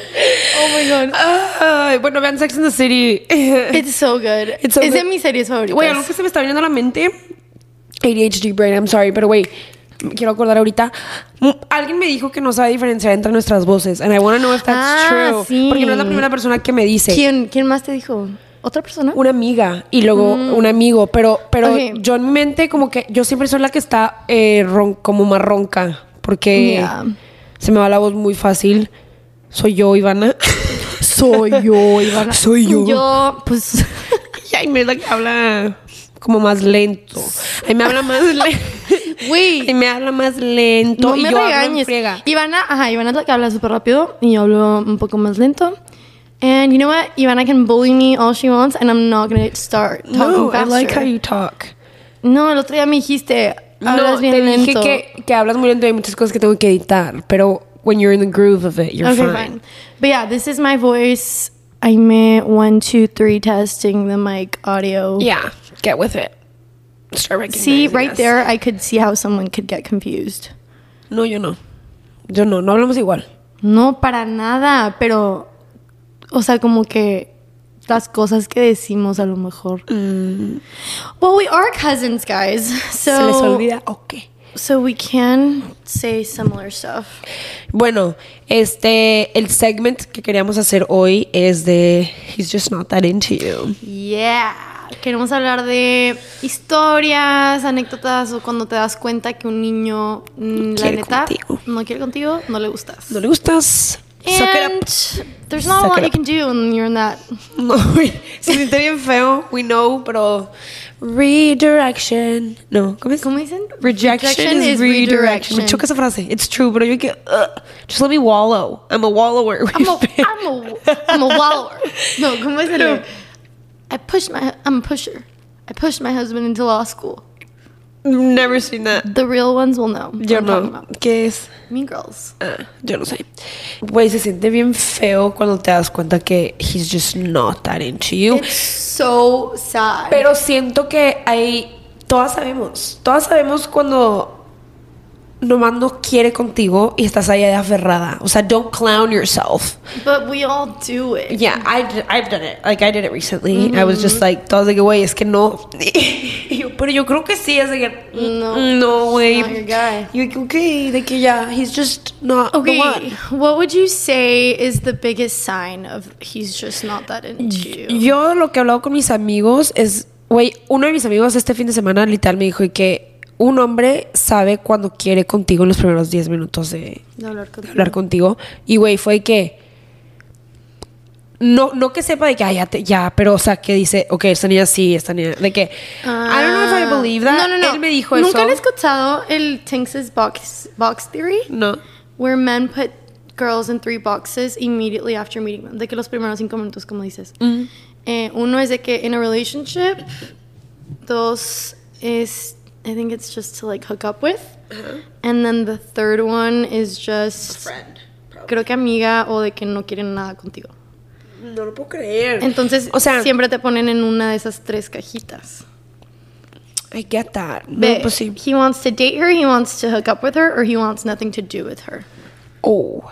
Speaker 1: Oh my god.
Speaker 2: Ay, bueno, vean Sex in the City.
Speaker 1: It's so good.
Speaker 2: It's so
Speaker 1: es de
Speaker 2: good.
Speaker 1: mis series favoritas.
Speaker 2: Güey, algo que se me está viniendo a la mente. ADHD brain, I'm sorry, pero güey, me quiero acordar ahorita. Mm, Alguien me dijo que no sabe diferenciar entre nuestras voces. And I want to know if that's
Speaker 1: Ah,
Speaker 2: true.
Speaker 1: sí.
Speaker 2: Porque no es la primera persona que me dice.
Speaker 1: ¿Quién, ¿Quién más te dijo? ¿Otra persona?
Speaker 2: Una amiga y luego un amigo. Pero, pero
Speaker 1: Ok.
Speaker 2: yo en mi mente, como que yo siempre soy la que está eh, ron- como más ronca. Porque
Speaker 1: Yeah.
Speaker 2: se me va la voz muy fácil. Soy yo, Ivana.
Speaker 1: Soy yo, Ivana.
Speaker 2: Soy yo.
Speaker 1: Yo, pues.
Speaker 2: y ahí me la que habla como más lento. Ahí me habla más lento.
Speaker 1: Güey.
Speaker 2: Y me habla más lento.
Speaker 1: No
Speaker 2: y
Speaker 1: me
Speaker 2: yo hablo en
Speaker 1: regañes.
Speaker 2: friega.
Speaker 1: Ivana, ajá, Ivana es la que habla súper rápido y yo hablo un poco más lento. And you know what? Ivana can bully me all she wants and I'm not gonna start talking
Speaker 2: No, I
Speaker 1: faster.
Speaker 2: like how you talk.
Speaker 1: No, el otro día me dijiste, hablas
Speaker 2: no,
Speaker 1: bien
Speaker 2: te dije
Speaker 1: lento.
Speaker 2: que, que hablas muy lento y hay muchas cosas que tengo que editar, pero when you're in the groove of it, you're
Speaker 1: okay, fine.
Speaker 2: fine.
Speaker 1: But yeah, this is my voice. I'm one, two, three, testing the mic audio.
Speaker 2: Yeah, get with it. Start
Speaker 1: See,
Speaker 2: recognizing
Speaker 1: right
Speaker 2: us.
Speaker 1: there, I could see how someone could get confused.
Speaker 2: No, yo no. Yo no, no hablamos igual.
Speaker 1: No, para nada, pero, o sea, como que las cosas que decimos a lo mejor. Well, we are cousins, guys,
Speaker 2: Mm. Se les
Speaker 1: so
Speaker 2: olvida. Ok.
Speaker 1: so we can say similar stuff.
Speaker 2: Bueno, este, el segment que queríamos hacer hoy es de He's Just Not That Into You.
Speaker 1: Yeah. Queremos hablar de historias, anécdotas o cuando te das cuenta que un niño, mm, la
Speaker 2: quiere
Speaker 1: neta,
Speaker 2: contigo.
Speaker 1: no quiere contigo, no le gustas.
Speaker 2: ¿No le gustas? Suck it
Speaker 1: And
Speaker 2: up.
Speaker 1: there's not a
Speaker 2: Suck
Speaker 1: lot
Speaker 2: it
Speaker 1: you
Speaker 2: up.
Speaker 1: can do when you're in that.
Speaker 2: No, güey, se siente bien feo, we know, pero redirection. No, ¿cómo es?
Speaker 1: ¿Cómo dicen?
Speaker 2: Rejection, is, redirection. Me choca esa frase. It's true, pero yo que ugh, just let me wallow. I'm a wallower.
Speaker 1: I'm a, I'm a, I'm a wallower. No, ¿cómo es el? I pushed my, I'm a pusher. I pushed my husband into law school.
Speaker 2: Never seen that.
Speaker 1: The real ones will know. what
Speaker 2: Yo
Speaker 1: I'm talking
Speaker 2: no.
Speaker 1: about.
Speaker 2: ¿Qué es?
Speaker 1: Mean girls.
Speaker 2: Ah, yo no sé. Güey, se siente bien feo cuando te das cuenta que he's just not that into you.
Speaker 1: It's so sad.
Speaker 2: Pero siento que ahí todas sabemos, todas sabemos cuando nomás no quiere contigo y estás ahí de aferrada. O sea, don't clown yourself.
Speaker 1: But we all do it.
Speaker 2: Yeah, I, d- I've done it. Like, I did it recently. I was
Speaker 1: Mm-hmm.
Speaker 2: just like, todas de que, güey, es que no. Y yo, Pero yo creo que sí, es de que, "Mm,
Speaker 1: No,
Speaker 2: no, güey.
Speaker 1: not your guy.
Speaker 2: Yo, de que, ok, de que ya, he's just not the one.
Speaker 1: Okay, what would you say is the biggest sign of he's just not that into you?
Speaker 2: Yo lo que he hablado con mis amigos es, güey, uno de mis amigos este fin de semana literal me dijo que un hombre sabe cuando quiere contigo en los primeros 10 minutos de
Speaker 1: De hablar contigo.
Speaker 2: hablar contigo. Y, güey, fue que... No, no que sepa de que, ah, ya, te- ya, pero, o sea, que dice, ok, esta niña sí, esta niña, de que, I don't know if I
Speaker 1: Ah.
Speaker 2: believe that.
Speaker 1: No, no, no.
Speaker 2: Él me dijo
Speaker 1: ¿Nunca
Speaker 2: eso.
Speaker 1: han escuchado el Tinks's box, box theory?
Speaker 2: No.
Speaker 1: Where men put girls in three boxes immediately after meeting them. De que los primeros cinco minutos, como dices.
Speaker 2: Mm.
Speaker 1: Eh, uno es de que in a relationship. Dos es, I think it's just to like hook up with.
Speaker 2: Uh-huh.
Speaker 1: And then the third one is just... creo que amiga o de que no quieren nada contigo.
Speaker 2: No lo puedo creer.
Speaker 1: Entonces,
Speaker 2: o sea,
Speaker 1: siempre te ponen en una de esas tres cajitas.
Speaker 2: I get that. No,
Speaker 1: Ve,
Speaker 2: pues sí.
Speaker 1: He wants to date her, he wants to hook up with her, or he wants nothing to do with her.
Speaker 2: Oh.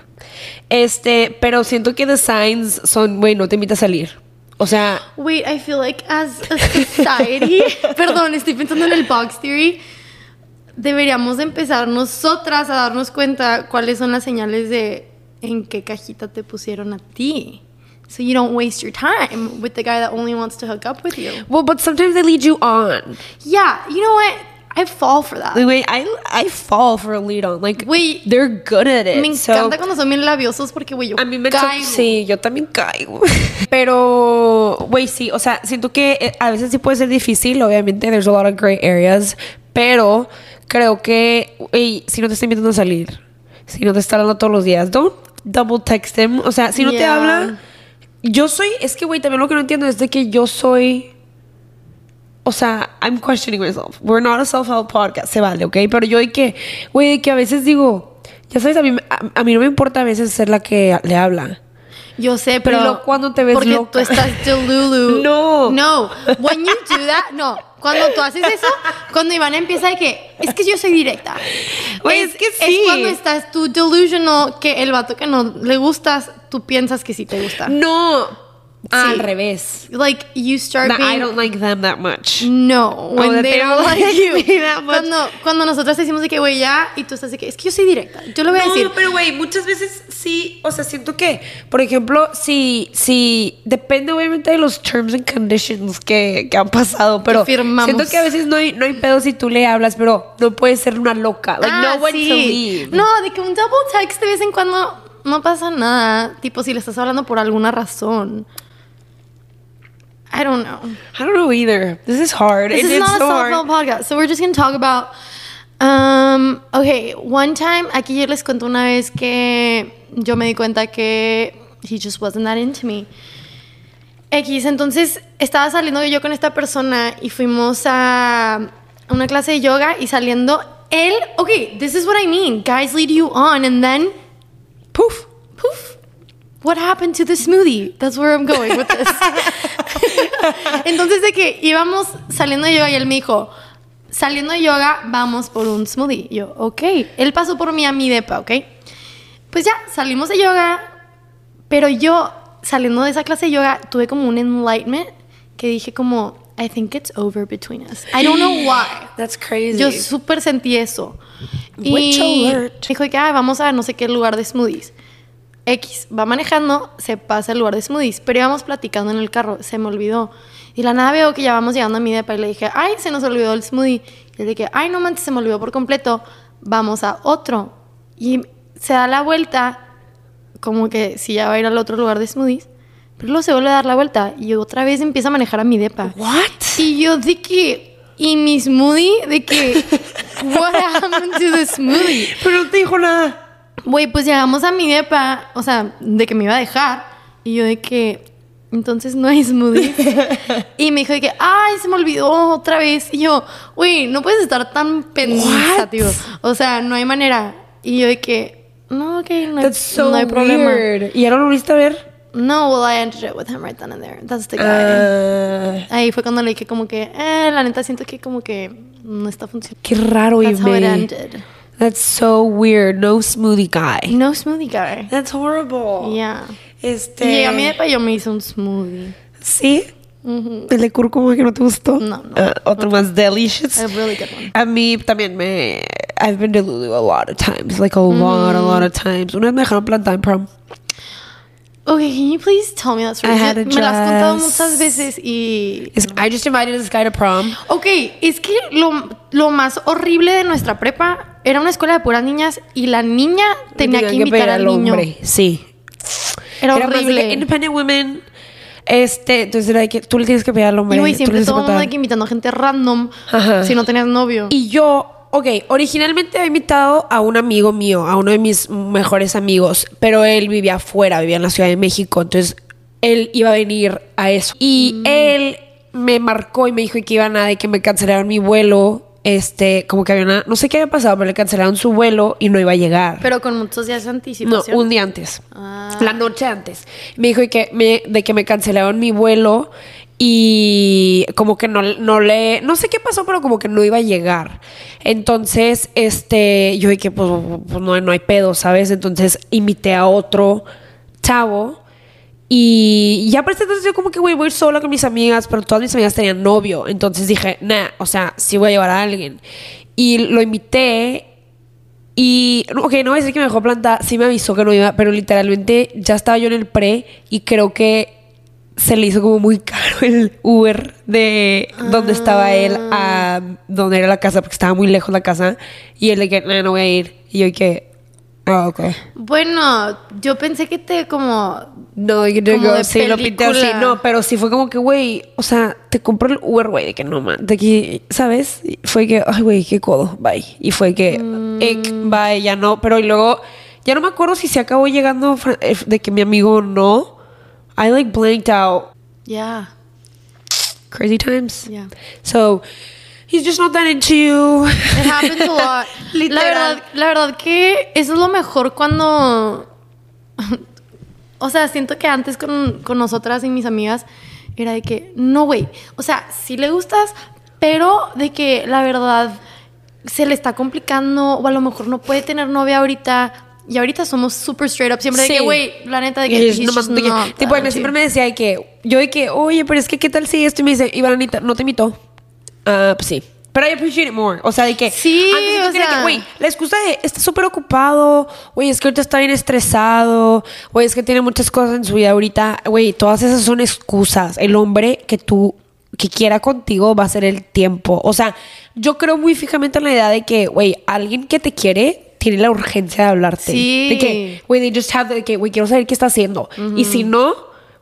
Speaker 2: Este, pero siento que the signs son, güey, no te invita a salir. O sea,
Speaker 1: Wait, I feel like as a society, perdón, estoy pensando en el box theory. Deberíamos empezar nosotras a darnos cuenta cuáles son las señales de en qué cajita te pusieron a ti. So you don't waste your time with the guy that only wants to hook up with you.
Speaker 2: well, but sometimes they lead you on.
Speaker 1: Yeah, you know what? I fall for that.
Speaker 2: Like, wait, I I fall for a lead on. Like,
Speaker 1: Güey,
Speaker 2: they're good at it.
Speaker 1: Me
Speaker 2: so-
Speaker 1: encanta cuando son bien labiosos porque, güey, yo
Speaker 2: A mí me to-
Speaker 1: caigo.
Speaker 2: Sí, yo también caigo. Pero, güey, sí, o sea, siento que eh, a veces sí puede ser difícil, obviamente, there's a lot of gray areas, pero creo que, güey, si no te está invitando a salir, si no te está hablando todos los días, don't double text him, o sea, si no te
Speaker 1: Yeah.
Speaker 2: habla, yo soy, es que, güey, también lo que no entiendo es de que yo soy... O sea, I'm questioning myself. We're not a self-help podcast, se vale, ¿ok? Pero yo de que, güey, de que a veces digo, ya sabes, a mí, a, a mí no me importa a veces ser la que le habla.
Speaker 1: Yo sé,
Speaker 2: Pero
Speaker 1: pero...
Speaker 2: lo- cuando te ves
Speaker 1: Porque
Speaker 2: loca.
Speaker 1: tú estás delulu.
Speaker 2: No.
Speaker 1: No. When you do that, no. Cuando tú haces eso, cuando Ivana empieza de que, es que yo soy directa.
Speaker 2: Güey, es que sí.
Speaker 1: Es cuando estás tú delusional, que el vato que no le gustas, tú piensas que sí te gusta.
Speaker 2: No, Ah, al
Speaker 1: Ah. Sí.
Speaker 2: revés.
Speaker 1: Like, you start
Speaker 2: That
Speaker 1: being...
Speaker 2: I don't Oh, like them that much.
Speaker 1: No, when
Speaker 2: that
Speaker 1: they,
Speaker 2: they
Speaker 1: don't
Speaker 2: don't
Speaker 1: like
Speaker 2: like
Speaker 1: you.
Speaker 2: me that much.
Speaker 1: Cuando, cuando nosotras decimos de que, güey, ya, y tú estás de que, es que yo soy directa. Yo lo voy a
Speaker 2: No,
Speaker 1: decir.
Speaker 2: pero güey, muchas veces sí, o sea, siento que, por ejemplo, si, si, depende obviamente de los terms and conditions que, que han pasado, pero
Speaker 1: Que firmamos.
Speaker 2: siento que a veces no hay, no hay pedo si tú le hablas, pero no puedes ser una loca. Like,
Speaker 1: Ah,
Speaker 2: no one
Speaker 1: sí.
Speaker 2: to leave.
Speaker 1: No, de que un double text de vez en cuando no pasa nada. Tipo, si le estás hablando por alguna razón. I don't know.
Speaker 2: I don't know either. This is hard.
Speaker 1: This
Speaker 2: and
Speaker 1: is
Speaker 2: it's
Speaker 1: not a
Speaker 2: so
Speaker 1: self-help
Speaker 2: hard.
Speaker 1: podcast, so we're just gonna talk about Um, ok, one time, aquí yo les cuento una vez que yo me di cuenta que he just wasn't that into me. X, entonces estaba saliendo yo con esta persona y fuimos a una clase de yoga y saliendo él, ok, this is what I mean, guys lead you on and then poof, poof. What happened to the smoothie? That's where I'm going with this. Entonces de que íbamos saliendo de yoga y él me dijo, saliendo de yoga, vamos por un smoothie. Y yo, ok. Él pasó por mí a mi depa, ok. Pues ya, salimos de yoga, pero yo, saliendo de esa clase de yoga, tuve como un enlightenment que dije como, I think it's over between us. I don't know why.
Speaker 2: That's crazy.
Speaker 1: Yo súper sentí eso.
Speaker 2: Witch
Speaker 1: Y
Speaker 2: alert.
Speaker 1: dijo que "Ay, vamos a no sé qué lugar de smoothies. X va manejando, se pasa al lugar de smoothies, pero íbamos platicando en el carro, se me olvidó. Y de la nada veo que ya vamos llegando a mi depa y le dije, ay, se nos olvidó el smoothie. Y él de que, ay, no manches, se me olvidó por completo, vamos a otro. Y se da la vuelta, como que si ya va a ir al otro lugar de smoothies, pero luego se vuelve a dar la vuelta y otra vez empieza a manejar a mi depa.
Speaker 2: What?
Speaker 1: Y yo de que, y mi smoothie, de que, what happened to the smoothie?
Speaker 2: Pero no te dijo nada.
Speaker 1: Güey, pues llegamos a mi depa, o sea, de que me iba a dejar, y yo de que, entonces no hay smoothie. y me dijo de que, ay, se me olvidó otra vez. Y yo, güey, no puedes estar tan pensativo. O sea, no hay manera. Y yo de que, no, ok, no, hay-
Speaker 2: That's so
Speaker 1: no hay problema.
Speaker 2: weird. ¿Y ya no lo volviste a ver?
Speaker 1: No, well, I ended it with him right then and there. That's the guy.
Speaker 2: Ah,
Speaker 1: Ahí fue cuando le dije como que, eh, la neta siento que como que no está funcionando.
Speaker 2: qué raro,
Speaker 1: That's how it
Speaker 2: Ime.
Speaker 1: ended.
Speaker 2: That's so weird. No smoothie guy.
Speaker 1: No smoothie guy.
Speaker 2: That's horrible.
Speaker 1: Yeah.
Speaker 2: Este.
Speaker 1: Y a mi depa yo me hice un smoothie.
Speaker 2: Sí. El de cúrcuma que no te gustó.
Speaker 1: Mm-hmm. No, no.
Speaker 2: Ah, otro más delicious.
Speaker 1: A really good one.
Speaker 2: A mí también me. I've been to Lulu a lot of times. Like a
Speaker 1: Mm-hmm.
Speaker 2: lot, a lot of times. Una vez me dejaron plantar en prom.
Speaker 1: Okay, can you please tell me that story?
Speaker 2: I had a
Speaker 1: me la has contado
Speaker 2: dress.
Speaker 1: muchas veces y...
Speaker 2: Es- I just invited this guy to prom.
Speaker 1: Ok, es que lo, lo más horrible de nuestra prepa era una escuela de puras niñas y la niña tenía que
Speaker 2: Tenían
Speaker 1: invitar
Speaker 2: pedir
Speaker 1: al niño.
Speaker 2: hombre. Sí.
Speaker 1: Era
Speaker 2: más de que
Speaker 1: horrible.
Speaker 2: independent women. Este, entonces era de que tú le tienes que pedir al hombre.
Speaker 1: Y güey,
Speaker 2: tú
Speaker 1: siempre
Speaker 2: le tienes que
Speaker 1: todo el mundo
Speaker 2: contar.
Speaker 1: de que invitando gente random
Speaker 2: Ajá.
Speaker 1: si no tenías novio.
Speaker 2: Y yo, ok, originalmente había invitado a un amigo mío, a uno de mis mejores amigos, pero él vivía afuera, vivía en la Ciudad de México, entonces él iba a venir a eso. Y él me marcó y me dijo que iban a de que me cancelaron mi vuelo. Este, como que había una, no sé qué había pasado, pero le cancelaron su vuelo y no iba a llegar.
Speaker 1: Pero con muchos días de
Speaker 2: No,
Speaker 1: anticipación.
Speaker 2: un día antes.
Speaker 1: Ah.
Speaker 2: La noche antes. Me dijo y que me, de que me cancelaron mi vuelo y como que no, no le... No sé qué pasó, pero como que no iba a llegar. Entonces, este, yo dije, pues, pues no, no hay pedo, ¿sabes? Entonces invité a otro chavo. Y ya para este entonces yo como que, güey, voy a ir sola con mis amigas, pero todas mis amigas tenían novio. Entonces dije, nah, o sea, sí voy a llevar a alguien. Y lo invité y, no, ok, no voy a decir que me dejó plantada, sí me avisó que no iba, pero literalmente ya estaba yo en el pre y creo que se le hizo como muy caro el Uber de donde estaba él a donde era la casa, porque estaba muy lejos la casa. Y él de que, "Nah, no voy a ir. Y yo de que, ah, ok.
Speaker 1: Bueno, yo pensé que te como...
Speaker 2: No, yo
Speaker 1: Como
Speaker 2: digo,
Speaker 1: de
Speaker 2: sí, lo pinté así.
Speaker 1: película.
Speaker 2: No, pero sí fue como que, güey, o sea, te compró el Uber, güey, de que no, man. De que, ¿sabes? Y Fue que, ay, güey, qué codo, bye. Y fue que,
Speaker 1: Mm.
Speaker 2: ick, bye, ya no. Pero y luego, ya no me acuerdo si se acabó llegando fra- eh, de que mi amigo o no. I like blanked out.
Speaker 1: Ya.
Speaker 2: Crazy times.
Speaker 1: Yeah.
Speaker 2: So, he's just not that into you.
Speaker 1: It happens a lot. la,
Speaker 2: Literal.
Speaker 1: verdad, la verdad que eso es lo mejor cuando... o sea, siento que antes con, con nosotras y mis amigas era de que, no, güey. O sea, sí le gustas, pero de que la verdad se le está complicando o a lo mejor no puede tener novia ahorita. Y ahorita somos super straight up. Siempre de que,
Speaker 2: Sí.
Speaker 1: güey, la neta de
Speaker 2: Y
Speaker 1: que... ah,
Speaker 2: ellos
Speaker 1: he's
Speaker 2: nomás
Speaker 1: just
Speaker 2: de que-
Speaker 1: not
Speaker 2: tipo,
Speaker 1: that
Speaker 2: él me-
Speaker 1: into
Speaker 2: siempre
Speaker 1: you.
Speaker 2: me decía de que yo de que, oye, pero es que qué tal si esto y me dice, Ivanita, no te invitó. Ah, pues sí. Pero I appreciate it more. O sea, de que.
Speaker 1: Sí,
Speaker 2: antes yo
Speaker 1: o
Speaker 2: tenía que,
Speaker 1: sea.
Speaker 2: Güey, la excusa de está súper ocupado. Güey, es que ahorita está bien estresado. Güey, es que tiene muchas cosas en su vida ahorita. Güey, todas esas son excusas. El hombre que tú que quiera contigo va a ser el tiempo. O sea, yo creo muy fijamente en la idea de que, güey, alguien que te quiere tiene la urgencia de hablarte.
Speaker 1: Sí.
Speaker 2: De que, Güey, they just have the, que, güey, quiero saber qué está haciendo. Y si no,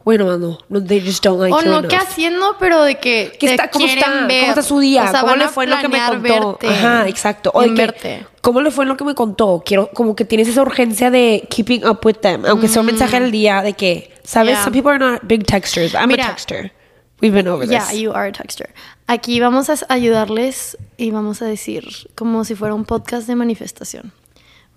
Speaker 2: Bueno, no, no, they just don't like
Speaker 1: O
Speaker 2: you
Speaker 1: no,
Speaker 2: enough.
Speaker 1: ¿qué haciendo? Pero de que.
Speaker 2: ¿Qué
Speaker 1: te
Speaker 2: está, ¿Cómo
Speaker 1: quieren
Speaker 2: está?
Speaker 1: ver.
Speaker 2: ¿Cómo está su día?
Speaker 1: O sea,
Speaker 2: ¿Cómo
Speaker 1: van
Speaker 2: le
Speaker 1: a
Speaker 2: fue en lo que me
Speaker 1: planear
Speaker 2: contó?
Speaker 1: verte
Speaker 2: Ajá, exacto. O
Speaker 1: y
Speaker 2: de
Speaker 1: en
Speaker 2: que,
Speaker 1: verte.
Speaker 2: ¿Cómo le fue en lo que me contó? Quiero, como que tienes esa urgencia de keeping up with them, aunque sea un mensaje al día de que, ¿sabes?
Speaker 1: Mm. Yeah.
Speaker 2: Some people are not big texters. I'm
Speaker 1: Mira.
Speaker 2: a texter. We've been over
Speaker 1: Yeah,
Speaker 2: this.
Speaker 1: you are a texter. Aquí vamos a s- ayudarles y vamos a decir, como si fuera un podcast de manifestación,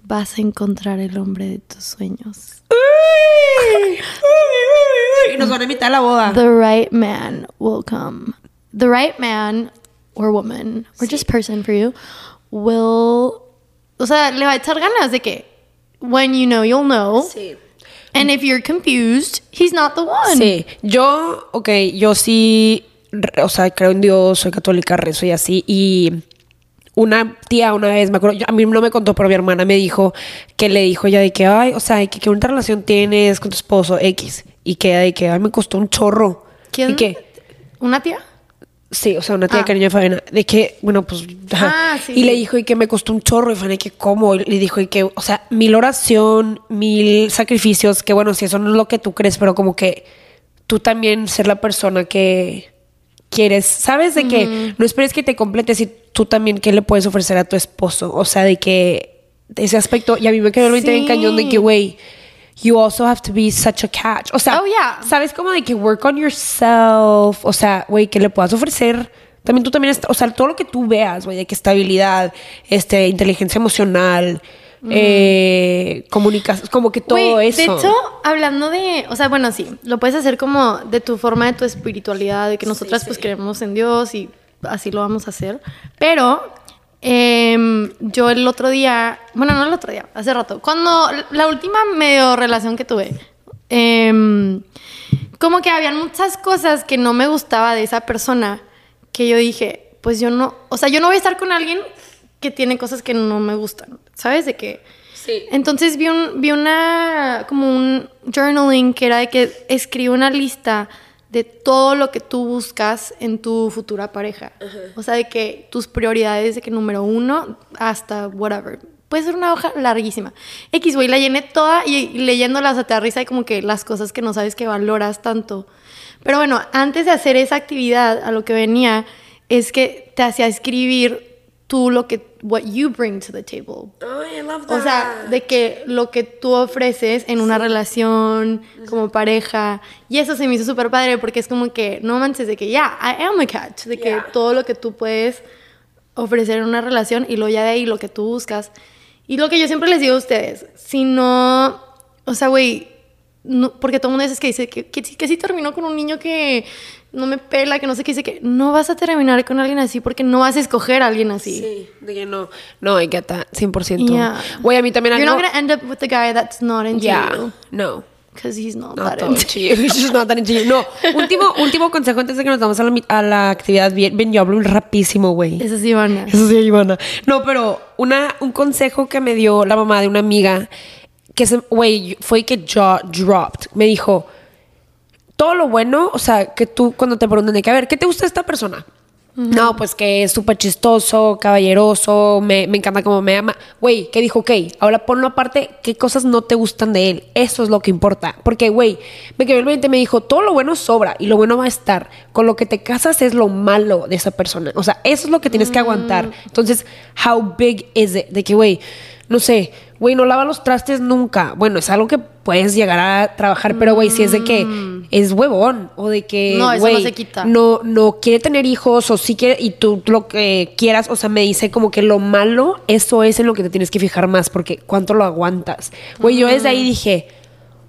Speaker 1: vas a encontrar el hombre de tus sueños.
Speaker 2: Uy, uy, uy, uy. Y nos van a invitar a la boda.
Speaker 1: The right man will come. The right man or woman or just person for you will... O sea, le va a echar ganas de que when you know, you'll know.
Speaker 2: Sí.
Speaker 1: And if you're confused, he's not the one.
Speaker 2: Sí, yo, ok, yo sí, re- o sea, creo en Dios, soy católica, rezo y así, y una tía una vez, me acuerdo, yo- a mí no me contó, pero mi hermana me dijo, que le dijo ya de que, ay, o sea, de que qué bonita relación tienes con tu esposo, X, y que de que, ay, me costó un chorro.
Speaker 1: ¿Quién?
Speaker 2: ¿Y qué?
Speaker 1: ¿Una tía?
Speaker 2: Sí, o sea, una tía
Speaker 1: Ah.
Speaker 2: cariño de Fabiana, de que, bueno, pues, ajá.
Speaker 1: Ah, sí,
Speaker 2: y le
Speaker 1: sí.
Speaker 2: dijo y que me costó un chorro, y Fabiana, que cómo, y le dijo y que, o sea, mil oración, mil sacrificios, que bueno, si eso no es lo que tú crees, pero como que tú también ser la persona que quieres, ¿sabes? De que no esperes que te completes y tú también qué le puedes ofrecer a tu esposo, o sea, de que ese aspecto, y a mí me quedó el 20 bien
Speaker 1: Sí.
Speaker 2: cañón de que, güey, You also have to be such a catch. O sea,
Speaker 1: Oh, yeah.
Speaker 2: ¿sabes como de que work on yourself? O sea, güey, que le puedas ofrecer. También tú también, est- o sea, todo lo que tú veas, güey, de que estabilidad, este, inteligencia emocional, eh, comunicas, como que todo
Speaker 1: Mm. Güey,
Speaker 2: eso.
Speaker 1: De hecho, hablando de, o sea, bueno, sí, lo puedes hacer como de tu forma de tu espiritualidad, de que nosotras pues creemos en Dios y así lo vamos a hacer. Pero em, yo el otro día, bueno, no el otro día, hace rato, cuando la última medio relación que tuve, em, como que habían muchas cosas que no me gustaba de esa persona que yo dije, pues yo no, o sea, yo no voy a estar con alguien que tiene cosas que no me gustan, ¿sabes? De que... Entonces vi, un, vi una, como un journaling que era de que escribe una lista de todo lo que tú buscas en tu futura pareja. O sea, de que tus prioridades, de que número uno hasta whatever. Puede ser una hoja larguísima. X, güey, la llené toda y, y leyéndola, o sea, te da risa y como que las cosas que no sabes que valoras tanto. Pero bueno, antes de hacer esa actividad, a lo que venía es que te hacía escribir tú lo que, what you bring to the table. O sea, de que lo que tú ofreces en una relación, como pareja, y eso se me hizo súper padre porque es como que, no manches, de que, ya, I am a catch, de que todo lo que tú puedes ofrecer en una relación y luego ya de ahí lo que tú buscas. Y lo que yo siempre les digo a ustedes, si no, o sea, güey, no- porque todo el mundo dice que dice que, que, si- que si terminó con un niño que no me pela, que no sé qué, dice que no vas a terminar con alguien así porque no vas a escoger a alguien así.
Speaker 2: Sí, de que no. No, I get that, 100%.
Speaker 1: Yeah.
Speaker 2: Güey, a mí también
Speaker 1: You're
Speaker 2: algo...
Speaker 1: not gonna end up with the guy that's not into
Speaker 2: Yeah,
Speaker 1: you
Speaker 2: no.
Speaker 1: because he's not,
Speaker 2: No,
Speaker 1: that
Speaker 2: todo
Speaker 1: into
Speaker 2: chill, just not that into you. No, último, último consejo antes de que nos vamos a la, mi- a la actividad. Bien, bien, yo hablo rapidísimo, güey.
Speaker 1: Esa es Ivana.
Speaker 2: Eso sí, Ivana. No, pero una, un consejo que me dio la mamá de una amiga, que se, güey, fue que jaw dropped. Me dijo, todo lo bueno, o sea, que tú cuando te preguntan de que, a ver, ¿qué te gusta de esta persona? No, pues que es súper chistoso, caballeroso, me, me encanta cómo me ama. Güey, que dijo, ok, ahora ponlo aparte, ¿qué cosas no te gustan de él? Eso es lo que importa. Porque, güey, me quedó el 20 y me dijo, todo lo bueno sobra y lo bueno va a estar. Con lo que te casas es lo malo de esa persona. O sea, eso es lo que tienes
Speaker 1: Mm.
Speaker 2: que aguantar. Entonces, how big is it? De que, güey, no sé, güey, no lava los trastes nunca. Bueno, es algo que puedes llegar a trabajar, pero, güey, si es de que es huevón o de que,
Speaker 1: Mm. No, eso no
Speaker 2: güey,
Speaker 1: se quita.
Speaker 2: no, no quiere tener hijos o sí quiere, y tú lo que quieras, o sea, me dice como que lo malo, eso es en lo que te tienes que fijar más, porque cuánto lo aguantas. Güey, yo desde ahí dije,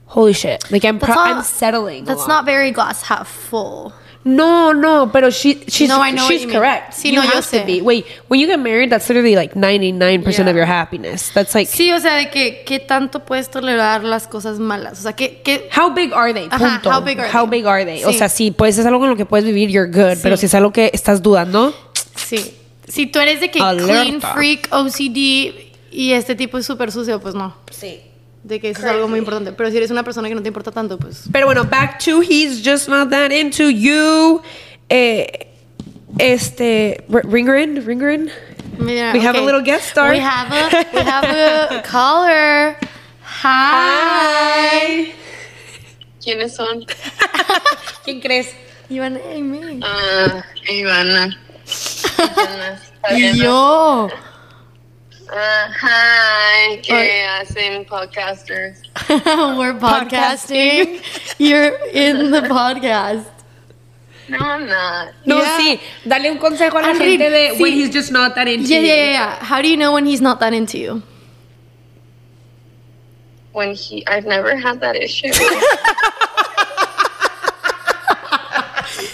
Speaker 2: holy shit, like I'm, pro- I'm settling. a
Speaker 1: That's
Speaker 2: lot.
Speaker 1: not very glass half full.
Speaker 2: No, no, pero she, she's,
Speaker 1: No, I know what
Speaker 2: she's
Speaker 1: you mean.
Speaker 2: correct.
Speaker 1: Sí,
Speaker 2: you
Speaker 1: no, yo
Speaker 2: have to
Speaker 1: sé.
Speaker 2: be. Wait, when you get married, that's literally like 99% of
Speaker 1: Yeah.
Speaker 2: your happiness. That's like,
Speaker 1: Sí, o sea, de que qué tanto puedes tolerar las cosas malas. O sea, que, que
Speaker 2: How big are they?
Speaker 1: Ajá,
Speaker 2: Punto.
Speaker 1: how big are they?
Speaker 2: O
Speaker 1: Sí.
Speaker 2: sea, sí, pues es algo con lo que puedes vivir, you're good. Pero si es algo que estás dudando,
Speaker 1: sí. Si tú eres de que clean
Speaker 2: Alerta.
Speaker 1: freak, OCD y este tipo es súper sucio, pues no.
Speaker 2: sí.
Speaker 1: De que eso es algo muy importante. Pero si eres una persona que no te importa tanto, pues.
Speaker 2: Pero bueno, back to he's just not that into you. Eh, este, r- ringer in, ringer in.
Speaker 1: Mira,
Speaker 2: We have a
Speaker 1: okay.
Speaker 2: little guest star.
Speaker 1: We have a, we have a caller. Hi.
Speaker 3: ¿Quiénes son?
Speaker 2: ¿Quién crees?
Speaker 1: Ivana, ay, me.
Speaker 3: Ah, Ivana. Ivana,
Speaker 1: Y
Speaker 3: Fabiana.
Speaker 1: yo.
Speaker 3: Ah, hi, ¿qué
Speaker 1: Oye.
Speaker 3: hacen podcasters?
Speaker 1: We're podcasting. You're in the podcast.
Speaker 3: No, I'm not.
Speaker 2: No,
Speaker 1: Yeah.
Speaker 2: sí. Dale un consejo a la
Speaker 1: I mean,
Speaker 2: gente de
Speaker 1: sí.
Speaker 2: when he's just not that into
Speaker 1: Yeah,
Speaker 2: you".
Speaker 1: yeah, yeah, yeah. How do you know when he's not that into you?
Speaker 3: When he, I've never had that issue.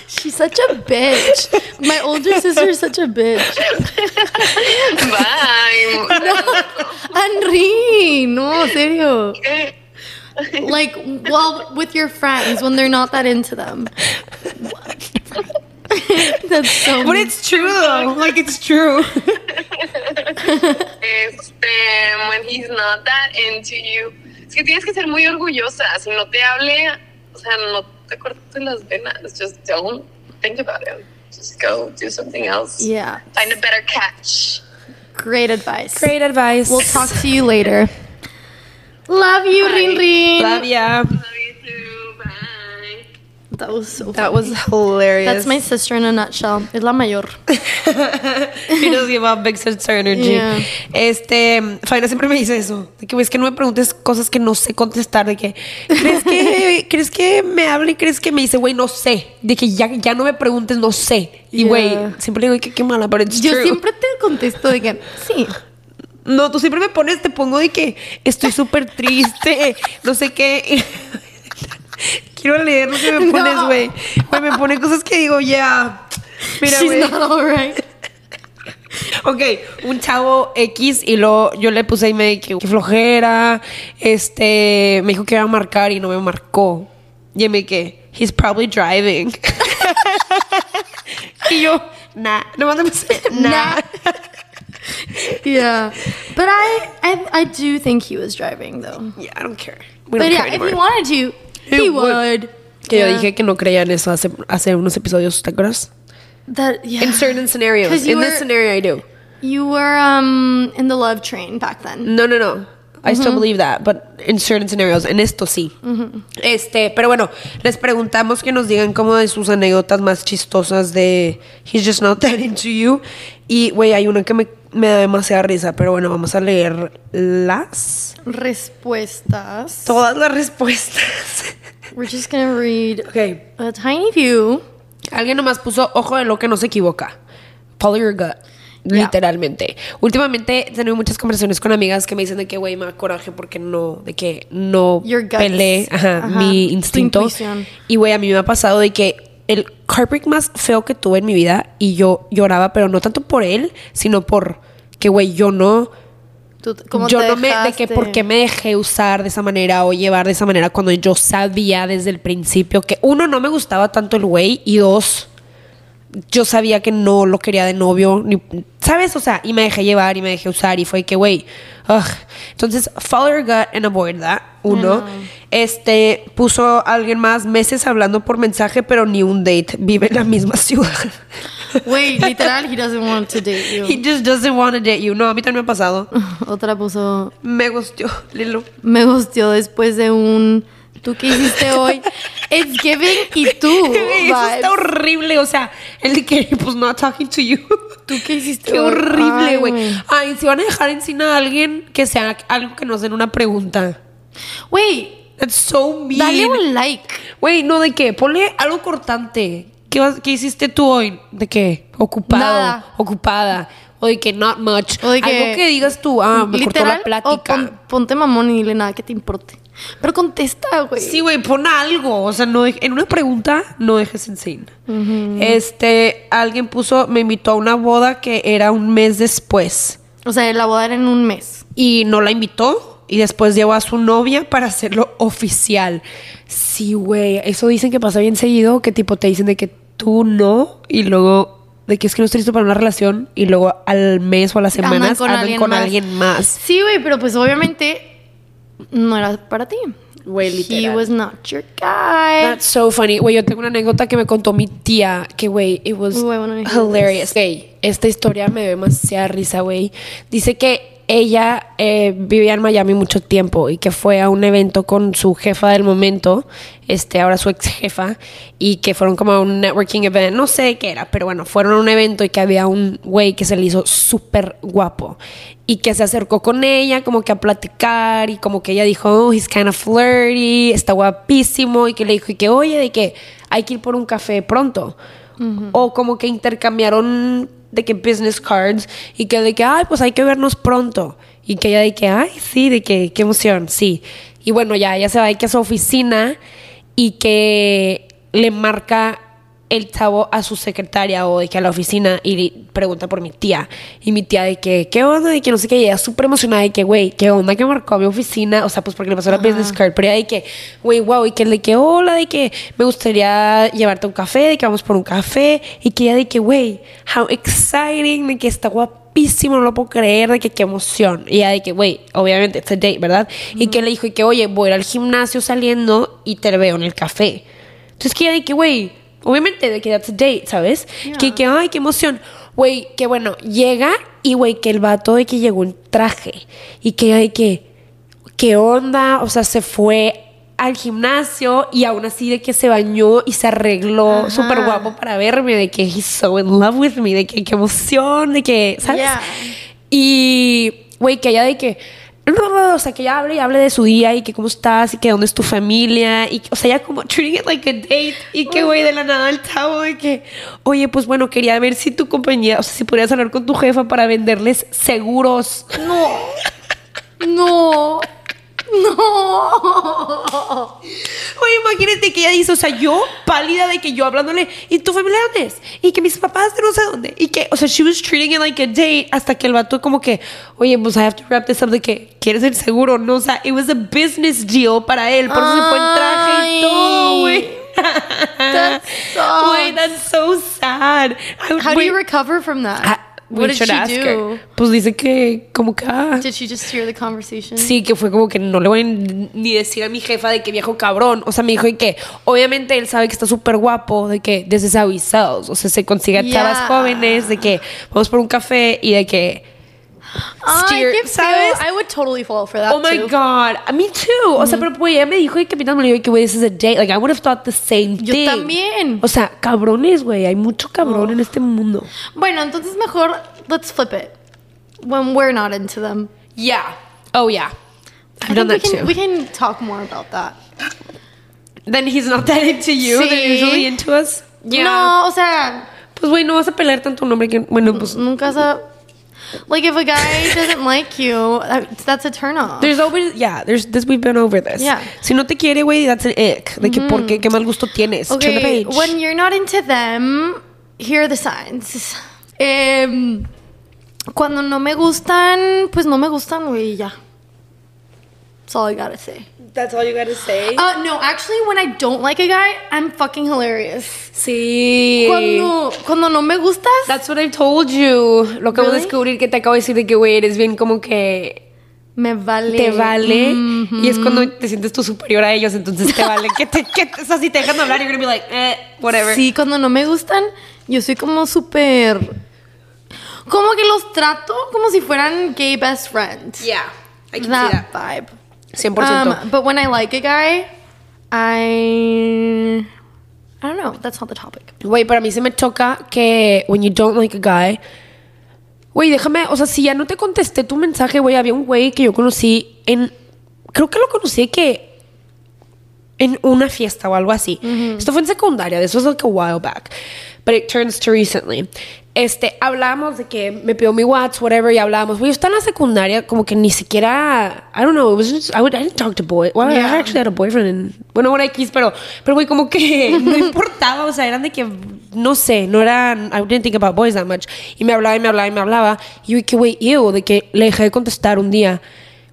Speaker 1: She's such a bitch. My older sister is such a bitch.
Speaker 3: Bye.
Speaker 1: Henry, no, serio.
Speaker 3: No.
Speaker 1: Like, well, with your friends when they're not that into them. That's so.
Speaker 2: But it's true though. Like it's true.
Speaker 3: Este, when he's not that into you. Es que tienes que ser muy orgullosa. Si no te hable, o sea, no te cortes las venas. Just don't think about it. Just go do something else.
Speaker 1: yeah,
Speaker 3: Find a better catch.
Speaker 1: great advice.
Speaker 2: Great advice.
Speaker 1: We'll talk to you later. Love you, Rin Rin.
Speaker 2: Love ya.
Speaker 3: Love you too. Bye.
Speaker 1: That was so.
Speaker 2: That was hilarious.
Speaker 1: That's my sister in a nutshell. Es la mayor.
Speaker 2: She just give off big sister energy.
Speaker 1: Yeah.
Speaker 2: Este, Faina siempre me dice eso. De que, güey, es que no me preguntes cosas que no sé contestar. De que, ¿crees que, ¿crees que me hable? ¿Crees que me dice, güey, no sé? De que ya, ya no me preguntes, no sé. Y,
Speaker 1: Yeah.
Speaker 2: güey, siempre digo, "Ay, qué, qué mala, pero it's
Speaker 1: Yo
Speaker 2: true".
Speaker 1: siempre te contesto de que sí.
Speaker 2: No, tú siempre me pones, te pongo de que estoy súper triste, no sé qué. Quiero leer lo que me
Speaker 1: No.
Speaker 2: pones, güey. Güey, me pone cosas que digo, ya. Mira,
Speaker 1: She's
Speaker 2: güey.
Speaker 1: not alright.
Speaker 2: Ok, un chavo X y luego yo le puse y me dije, qué flojera. Este, me dijo que iba a marcar y no me marcó. Y me dije, he's probably driving. y yo, nah, nomás le puse, nah.
Speaker 1: Nah. Yeah, but I, I, I do think he was driving though.
Speaker 2: Yeah, I don't care.
Speaker 1: But
Speaker 2: We don't
Speaker 1: yeah,
Speaker 2: care
Speaker 1: if
Speaker 2: anymore.
Speaker 1: he wanted to, he,
Speaker 2: He would.
Speaker 1: would.
Speaker 2: Que yo
Speaker 1: Yeah.
Speaker 2: dije que no creía en eso hace, hace unos episodios, ¿te acuerdas?
Speaker 1: that yeah.
Speaker 2: In certain scenarios.
Speaker 1: 'Cause you
Speaker 2: In this
Speaker 1: were-
Speaker 2: scenario I do.
Speaker 1: You were um in the love train back then.
Speaker 2: No, no, no. I still believe that, but in certain scenarios, en esto sí. Este, pero bueno, les preguntamos que nos digan como de sus anécdotas más chistosas de He's just not that into you. Y, güey, hay una que me, me da demasiada risa, pero bueno, vamos a leer las.
Speaker 1: Respuestas.
Speaker 2: Todas las respuestas.
Speaker 1: We're just gonna read
Speaker 2: ok.
Speaker 1: a tiny few.
Speaker 2: Alguien nomás puso ojo de lo que no se equivoca. Follow your gut.
Speaker 1: Yeah.
Speaker 2: Literalmente. Últimamente he tenido muchas conversaciones con amigas que me dicen de que, güey, me da coraje porque no, de que no
Speaker 1: Your guts.
Speaker 2: peleé ajá,
Speaker 1: Ajá,
Speaker 2: mi
Speaker 1: tu
Speaker 2: instinto.
Speaker 1: intuición.
Speaker 2: Y, güey, a mí me ha pasado de que el heartbreak más feo que tuve en mi vida y yo lloraba, pero no tanto por él, sino por que, güey, yo no
Speaker 1: Tú- ¿cómo
Speaker 2: yo
Speaker 1: te
Speaker 2: no me de que
Speaker 1: dejaste?
Speaker 2: por qué me dejé usar de esa manera o llevar de esa manera cuando yo sabía desde el principio que uno no me gustaba tanto el güey y dos yo sabía que no lo quería de novio ni sabes o sea y me dejé llevar y me dejé usar y fue que güey ugh. entonces follow your gut and avoid that uno este puso alguien más meses hablando por mensaje pero ni un date vive en la misma ciudad
Speaker 1: Wait, literal, he doesn't want to date
Speaker 2: he
Speaker 1: you.
Speaker 2: just doesn't want to date you no a mí también me ha pasado
Speaker 1: Otra puso
Speaker 2: me gustó Lilo
Speaker 1: me gustió después de un tú qué hiciste hoy. It's giving y tú.
Speaker 2: Güey, Eso está
Speaker 1: vibes.
Speaker 2: horrible, o sea, el de que, pues, not talking to you.
Speaker 1: ¿Tú qué hiciste
Speaker 2: Qué
Speaker 1: hoy?
Speaker 2: horrible,
Speaker 1: Ay,
Speaker 2: güey. Ay, si van a dejar encima a alguien, que sea algo que nos den una pregunta.
Speaker 1: Güey,
Speaker 2: That's so mean.
Speaker 1: dale un like.
Speaker 2: Güey, no, ¿de qué? Ponle algo cortante. ¿Qué, vas- qué hiciste tú hoy? ¿De qué? Ocupado,
Speaker 1: Nada.
Speaker 2: ocupada. O de que not much.
Speaker 1: O de que-
Speaker 2: algo que digas tú, ah, me cortó la
Speaker 1: Literal, o
Speaker 2: plática.
Speaker 1: pon- ponte mamón y dile nada que te importe. Pero contesta, güey.
Speaker 2: Pues Sí, güey, pon algo. O sea, no dej- en una pregunta no dejes en sin. Este, alguien puso, me invitó a una boda que era un mes después
Speaker 1: O sea, la boda era en un mes.
Speaker 2: y no la invitó y después llevó a su novia para hacerlo oficial. Sí, güey, eso dicen que pasa bien seguido, que tipo te dicen de que tú no y luego de que es que no estás listo para una relación y luego al mes o a las
Speaker 1: Andan
Speaker 2: semanas andan con, alguien,
Speaker 1: más.
Speaker 2: más.
Speaker 1: Sí, güey, pero pues obviamente no era para ti.
Speaker 2: Güey,
Speaker 1: He
Speaker 2: literal.
Speaker 1: was not your guy.
Speaker 2: That's so funny. Güey, yo tengo una anécdota que me contó mi tía, que güey, it was
Speaker 1: Güey, bueno, me dijiste.
Speaker 2: hilarious. Güey, esta historia me dio demasiada risa, güey. Dice que ella eh, vivía en Miami mucho tiempo y que fue a un evento con su jefa del momento, este, ahora su ex jefa, y que fueron como a un networking event, no sé qué era, pero bueno, fueron a un evento y que había un güey que se le hizo súper guapo y que se acercó con ella como que a platicar y como que ella dijo, oh, he's kind of flirty, está guapísimo, y que le dijo, y que oye, de que hay que ir por un café pronto. O como que intercambiaron de que business cards y que de que, ay, pues hay que vernos pronto. Y que ella de que, ay, sí, de que, qué emoción, sí. Y bueno, ya ella se va de que a su oficina y que le marca el chavo a su secretaria o de que a la oficina y le pregunta por mi tía. Y mi tía de que, ¿qué onda? De que no sé qué. Y ella súper emocionada de que, güey, ¿qué onda que marcó a mi oficina? O sea, pues porque le pasó la business card. Pero ella de que, güey, wow. Y que de que, hola, de que me gustaría llevarte a un café, de que vamos por un café. Y que ella de que, güey, how exciting, de que está guapísimo, no lo puedo creer, de que qué emoción. Y ella de que, güey, obviamente, it's a date, ¿verdad? Y que le dijo, y que, oye, voy a ir al gimnasio saliendo y te veo en el café. Entonces que ella de que, güey, Obviamente, de que that's a date, ¿sabes? Que, que, ay, qué emoción. Güey, que bueno, llega y, güey, que el vato de que llegó un traje. Y que, ay, que, qué onda. O sea, se fue al gimnasio y aún así de que se bañó y se arregló súper guapo para verme. De que he's so in love with me. De que, qué emoción. De que, ¿sabes?
Speaker 1: Yeah.
Speaker 2: Y, güey, que ella de que. O sea, que ella hable y hable de su día y que cómo estás y que dónde es tu familia. Y, o sea, ella como treating it like a date. Y que, güey, de la nada el chavo de que, oye, pues bueno, quería ver si tu compañía, o sea, si podrías hablar con tu jefa para venderles seguros.
Speaker 1: No. No. No.
Speaker 2: Oye, imagínate que ella dice, o sea, yo pálida de que yo hablándole, ¿y tu familia dónde es? Y que mis papás de no sé dónde. Y que, o sea, she was treating it like a date hasta que el vato como que, oye, pues I have to wrap this up de que quieres el seguro, no, o sea, it was a business deal para él, por eso se fue en traje y todo, güey. Uh,
Speaker 1: That sucks.
Speaker 2: Güey, that's so sad. I-
Speaker 1: How do
Speaker 2: güey,
Speaker 1: you recover from
Speaker 2: I-
Speaker 1: that?
Speaker 2: we
Speaker 1: What did
Speaker 2: should
Speaker 1: she
Speaker 2: ask
Speaker 1: do?
Speaker 2: her. Pues dice que como que ah,
Speaker 1: Did she just steer the conversation?
Speaker 2: Sí, que fue como que no le voy a ni decir a mi jefa de que viejo cabrón. O sea, me dijo y que obviamente él sabe que está súper guapo, de que this is how he sells. O sea, se consigue a chavas
Speaker 1: Yeah.
Speaker 2: jóvenes, de que vamos por un café y de que.
Speaker 1: Ay,
Speaker 2: steer,
Speaker 1: qué feo.
Speaker 2: ¿sabes?
Speaker 1: I would totally fall for that
Speaker 2: Oh my
Speaker 1: too.
Speaker 2: god, me too. O sea, pero güey, ella me dijo y que me dijo que güey, this is a date. Like, I would have thought the same
Speaker 1: Yo
Speaker 2: thing.
Speaker 1: también. Oh.
Speaker 2: O sea, cabrones, güey. Hay mucho cabrón en este mundo.
Speaker 1: Bueno, entonces mejor let's flip it. When we're not into them.
Speaker 2: Yeah. Oh, yeah. I've done
Speaker 1: we
Speaker 2: that
Speaker 1: can
Speaker 2: too.
Speaker 1: we can talk more about that.
Speaker 2: Then he's not that into you.
Speaker 1: Sí.
Speaker 2: They're usually into us.
Speaker 1: No, o sea,
Speaker 2: Pues, güey, no vas a pelear tanto un hombre que. Bueno, pues.
Speaker 1: nunca sa- Like if a guy doesn't like you, that, that's a turn off.
Speaker 2: There's always. Yeah, there's this. We've been over this.
Speaker 1: Yeah.
Speaker 2: Si no te quiere, güey, that's an ick. De que, ¿por qué? ¿Qué mal gusto tienes? Turn the
Speaker 1: Okay,
Speaker 2: page.
Speaker 1: when you're not into them, here are the signs. Em, cuando no me gustan, pues no me gustan, güey, y ya. That's all I gotta say.
Speaker 2: That's all you gotta say.
Speaker 1: Uh, no, actually, when I don't like a guy, I'm fucking hilarious. Eh,
Speaker 2: sí.
Speaker 1: Cuando, cuando no me gustas,
Speaker 2: That's what I've told you. Lo acabo de
Speaker 1: Really?
Speaker 2: descubrir que te acabo de decir de que, güey, eres bien como que.
Speaker 1: me vale.
Speaker 2: Te vale. Mm-hmm.
Speaker 1: Mhm.
Speaker 2: Y es cuando te sientes tú superior a ellos, entonces te vale. que te, que te, o sea, si te dejan de hablar, you're gonna be like, eh, whatever.
Speaker 1: Sí, cuando no me gustan, yo soy como súper. Como que los trato como si fueran gay best friends.
Speaker 2: Yeah. I can
Speaker 1: that,
Speaker 2: see that.
Speaker 1: vibe.
Speaker 2: 100%.
Speaker 1: Um, but when I like a guy, I I don't know. That's not the topic.
Speaker 2: Güey, para mí se me choca que when you don't like a guy. Güey, déjame, o sea, si ya no te contesté tu mensaje, güey, había un güey que yo conocí en creo que lo conocí que en una fiesta o algo así. Esto fue en secundaria, this was like a while back. But it turns to recently. Este, hablábamos de que me pidió mi WhatsApp, whatever, y hablábamos. Güey, yo estaba en la secundaria, como que ni siquiera. I don't know, it was just. I, would, I didn't talk to boys. Well, I
Speaker 1: Yeah.
Speaker 2: actually had a boyfriend. in- bueno, bueno, X, pero. Pero, güey, como que no importaba, o sea, eran de que. No sé, no eran. I didn't think about boys that much. Y me hablaba y me hablaba y me hablaba. Y yo, de que, güey, ew, de que le dejé de contestar un día.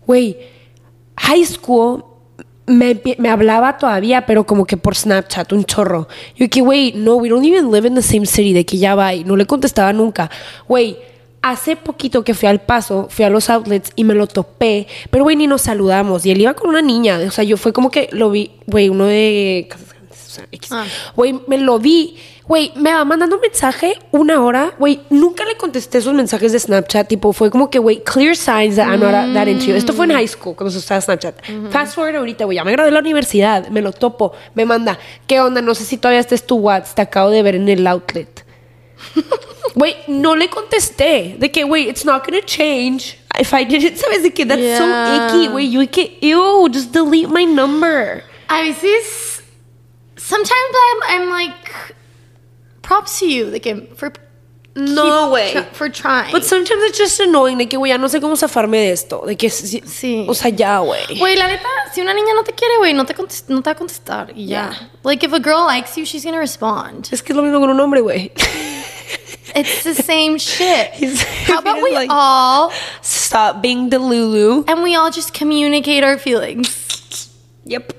Speaker 2: Güey, high school me, me hablaba todavía, pero como que por Snapchat, un chorro. Yo que, güey, no, we don't even live in the same city, de que ya va y no le contestaba nunca. Güey, hace poquito que fui al paso, fui a los outlets y me lo topé, pero güey, ni nos saludamos. Y él iba con una niña, o sea, yo fue como que lo vi, güey, uno de Casas Grandes, o sea, X.
Speaker 1: Ah.
Speaker 2: Güey, me lo vi. Güey, me va mandando un mensaje una hora. Güey, nunca le contesté esos mensajes de Snapchat. Tipo, fue como que, güey, clear signs that I'm not a- that into you. Esto fue en high school, cuando se usaba Snapchat. Fast forward ahorita, güey, ya me gradué de la universidad. Me lo topo. Me manda, ¿qué onda? No sé si todavía este es tu WhatsApp. Te acabo de ver en el outlet. Güey, no le contesté. De que, güey, it's not gonna change. If I didn't, ¿sabes de que That's
Speaker 1: Yeah.
Speaker 2: so icky, güey. You que, ew, just delete my number.
Speaker 1: A veces, sometimes I'm, I'm like, props to you, de que for keep
Speaker 2: No, güey.
Speaker 1: tr- for trying.
Speaker 2: But sometimes it's just annoying. De que, güey, ya no sé cómo zafarme de esto. De que, sí.
Speaker 1: Sí.
Speaker 2: O sea, ya, güey.
Speaker 1: Güey, la neta, si una niña no te quiere, güey, no te contest- no te va a contestar y ya.
Speaker 2: Yeah.
Speaker 1: Like if a girl likes you, she's gonna respond.
Speaker 2: Es que es lo mismo con un hombre, güey.
Speaker 1: It's the same shit.
Speaker 2: He's-
Speaker 1: How about
Speaker 2: he's
Speaker 1: we
Speaker 2: like-
Speaker 1: all
Speaker 2: Stop being the Lulu.
Speaker 1: and we all just communicate our feelings?
Speaker 2: Yep.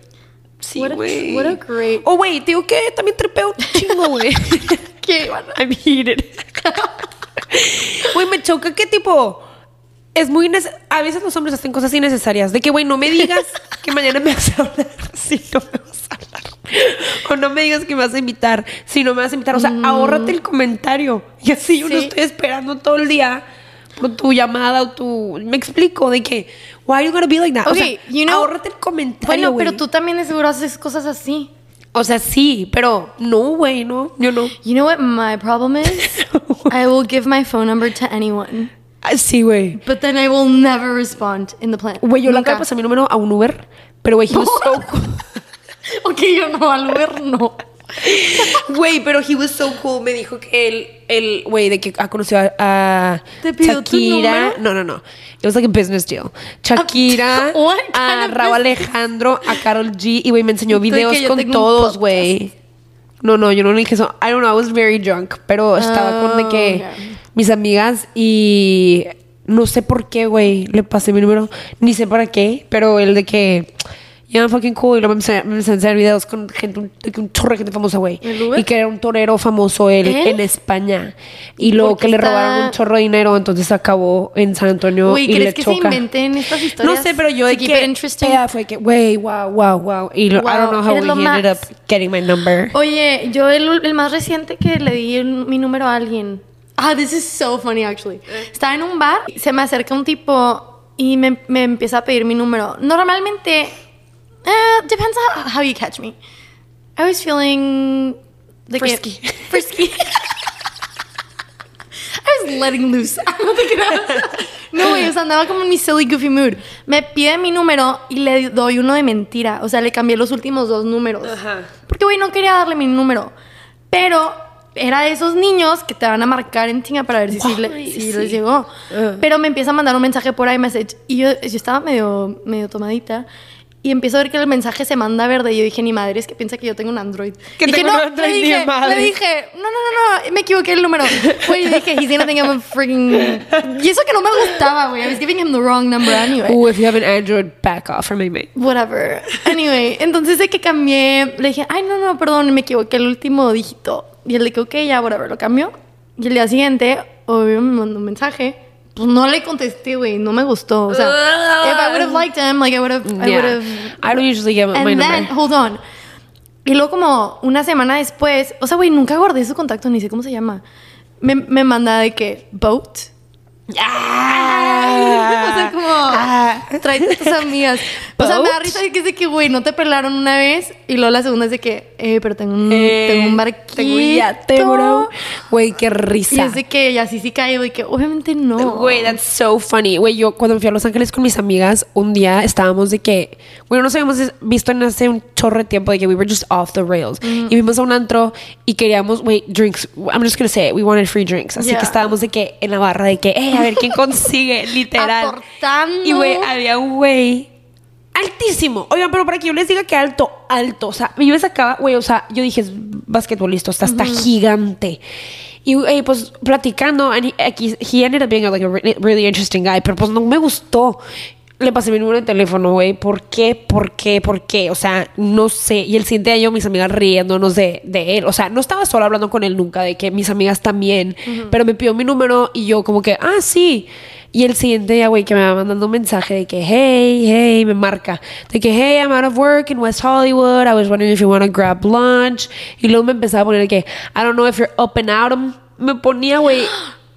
Speaker 2: Sí,
Speaker 1: What a-
Speaker 2: güey.
Speaker 1: what a great-
Speaker 2: Oh, güey, te digo que también trepeo un chingo, güey.
Speaker 1: ¿Qué?
Speaker 2: I'm heated. Güey, me choca que tipo. Es muy. nece- A veces los hombres hacen cosas innecesarias. De que, güey, no me digas que mañana me vas a hablar si no me vas a hablar. O no me digas que me vas a invitar si no me vas a invitar. O sea, ahórrate el comentario. Y así yo no
Speaker 1: Mm. Sí.
Speaker 2: estoy esperando todo el día por tu llamada o tu. Me explico de que. Why you gotta be like that?
Speaker 1: Okay,
Speaker 2: o sea,
Speaker 1: you know-
Speaker 2: ahórrate el comentario.
Speaker 1: Bueno,
Speaker 2: güey.
Speaker 1: pero tú también de seguro haces cosas así.
Speaker 2: O sea, sí, pero no, güey, no. Yo no.
Speaker 1: You know what my problem is? I will give my phone number to anyone,
Speaker 2: Ah, Sí, güey.
Speaker 1: but then I will never respond in the plan.
Speaker 2: Güey, yo le
Speaker 1: Nunca.
Speaker 2: acabo de pasar mi número a un Uber, pero güey, he was so
Speaker 1: Ok, yo no, al ver no.
Speaker 2: cool. Güey, pero he was so cool. Me dijo que él, el güey, de que ha conocido a, a
Speaker 1: ¿Te pidió tu
Speaker 2: Shakira.
Speaker 1: número?
Speaker 2: No, no, no. It was like a business deal. Shakira,
Speaker 1: what
Speaker 2: a
Speaker 1: kind of
Speaker 2: Raúl
Speaker 1: business?
Speaker 2: Alejandro, a Carol G. Y güey, me enseñó
Speaker 1: Estoy que
Speaker 2: videos
Speaker 1: yo
Speaker 2: con
Speaker 1: tengo un
Speaker 2: todos,
Speaker 1: podcast.
Speaker 2: güey. No, no, yo no le dije eso. I don't know, I was very drunk, pero estaba con de que
Speaker 1: Oh, ok.
Speaker 2: mis amigas y no sé por qué, güey, le pasé mi número, ni sé para qué, pero el de que ya yeah, I'm fucking cool y luego me empecé- me empecé a hacer videos con gente, un, de que un chorro de gente famosa, güey.
Speaker 1: ¿El Uber? ¿Eh?
Speaker 2: Y que era un torero famoso él
Speaker 1: ¿Él?
Speaker 2: en España. Y luego
Speaker 1: por
Speaker 2: que
Speaker 1: qué
Speaker 2: le
Speaker 1: está-
Speaker 2: robaron un chorro de dinero, entonces acabó en San Antonio
Speaker 1: Güey,
Speaker 2: y le
Speaker 1: ¿crees que se
Speaker 2: choca.
Speaker 1: inventen estas historias?
Speaker 2: No sé, pero yo de
Speaker 1: to keep it
Speaker 2: que
Speaker 1: interesting?
Speaker 2: peda fue que, güey, wow, wow, wow. Y lo- I
Speaker 1: Wow,
Speaker 2: don't know how
Speaker 1: eres
Speaker 2: we
Speaker 1: lo
Speaker 2: ended
Speaker 1: max.
Speaker 2: up getting my number.
Speaker 1: Oye, yo el, el más reciente que le di el- mi número a alguien. Ah, this is so funny actually. Estaba en un bar, se me acerca un tipo y me, me empieza a pedir mi número. Normalmente, eh, depends on how you catch me. I was feeling like
Speaker 2: Frisky.
Speaker 1: frisky. I was letting loose. I don't think it was- No, güey, o sea, andaba como en mi silly goofy mood. Me pide mi número y le doy uno de mentira. O sea, le cambié los últimos dos números.
Speaker 2: Ajá.
Speaker 1: Porque, güey, no quería darle mi número. Pero era de esos niños que te van a marcar en tinga para ver si, sí le-
Speaker 2: Ay,
Speaker 1: si
Speaker 2: sí.
Speaker 1: les llegó.
Speaker 2: Ah.
Speaker 1: Pero me empieza a mandar un mensaje por iMessage y yo, yo estaba medio, medio tomadita. Y empiezo a ver que el mensaje se manda verde. Y yo dije, ni madre, es que piensa que yo tengo un Android.
Speaker 2: Que
Speaker 1: Y dije,
Speaker 2: tengo un
Speaker 1: no,
Speaker 2: Android,
Speaker 1: le
Speaker 2: ni
Speaker 1: dije,
Speaker 2: madre.
Speaker 1: le dije, no, no, no, no, me equivoqué el número. Güey, yo dije, he's gonna think I'm a freaking... Y eso que no me gustaba, güey. I was giving him the wrong number anyway.
Speaker 2: Ooh, if you have an Android, back off from me, mate.
Speaker 1: Whatever. Anyway, entonces de que cambié, le dije, ay, no, no, perdón, me equivoqué el último dígito. Y él de que, ok, ya, whatever, lo cambió. Y el día siguiente, obvio, me mandó un mensaje. Pues no le contesté, güey, no me gustó. O sea, if I would have liked him, like, I would have, I would have...
Speaker 2: I don't usually give my
Speaker 1: And then,
Speaker 2: number.
Speaker 1: hold on. Y luego como una semana después, o sea, güey, nunca guardé su contacto, ni sé cómo se llama. Me, me manda de que, boat.
Speaker 2: Ah.
Speaker 1: o sea, como,
Speaker 2: Ah.
Speaker 1: tráete a tus amigas. O sea, me da
Speaker 2: Boat.
Speaker 1: risa de que es de que, güey, no te pelaron una vez. Y luego la segunda es de que, eh, pero tengo un,
Speaker 2: Eh,
Speaker 1: tengo un barquito.
Speaker 2: Tengo un yate, bro. Güey, qué risa.
Speaker 1: Y es de que, y así sí cae, güey, que obviamente no.
Speaker 2: Güey, that's so funny. Güey, yo cuando fui a Los Ángeles con mis amigas, un día estábamos de que, bueno, nos habíamos es- visto en hace un chorro de tiempo de que we were just off the rails.
Speaker 1: Mm.
Speaker 2: Y vimos a un antro y queríamos, güey, drinks. I'm just gonna say it, we wanted free drinks. Así
Speaker 1: Yeah.
Speaker 2: que estábamos de que en la barra de que, eh, a ver quién consigue, literal.
Speaker 1: Aportando.
Speaker 2: Y güey, había un güey altísimo. Oigan, pero para que yo les diga que alto, alto. O sea, yo me sacaba, güey, o sea, yo dije, es basquetbolista, o sea, está gigante. Y güey, pues platicando, and he, aquí- he ended up being like a re- really interesting guy, pero pues no me gustó. Le pasé mi número de teléfono, güey. ¿Por qué? ¿Por qué? ¿Por qué? O sea, no sé. Y el siguiente día yo, mis amigas riéndonos de, de él. O sea, no estaba sola hablando con él nunca, de que mis amigas también. Pero me pidió mi número y yo como que, ah, sí. Y el siguiente día, güey, que me va mandando un mensaje de que, hey, hey, me marca. De que, hey, I'm out of work in West Hollywood. I was wondering if you want to grab lunch. Y luego me empezaba a poner de que, I don't know if you're up and out. Me ponía, güey,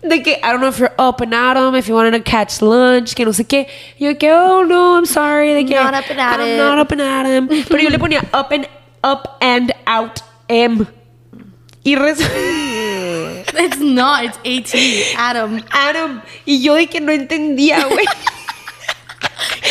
Speaker 2: de que, I don't know if you're up and out, if you wanted to catch lunch, que no sé qué. Y yo de que, oh, no, I'm sorry. De que,
Speaker 1: Not up and at
Speaker 2: I'm
Speaker 1: it."
Speaker 2: not up and at 'em. Pero yo le ponía up and, up and out M. Y res...
Speaker 1: It's not, it's AT, Adam.
Speaker 2: Adam. Y yo de que no entendía, güey.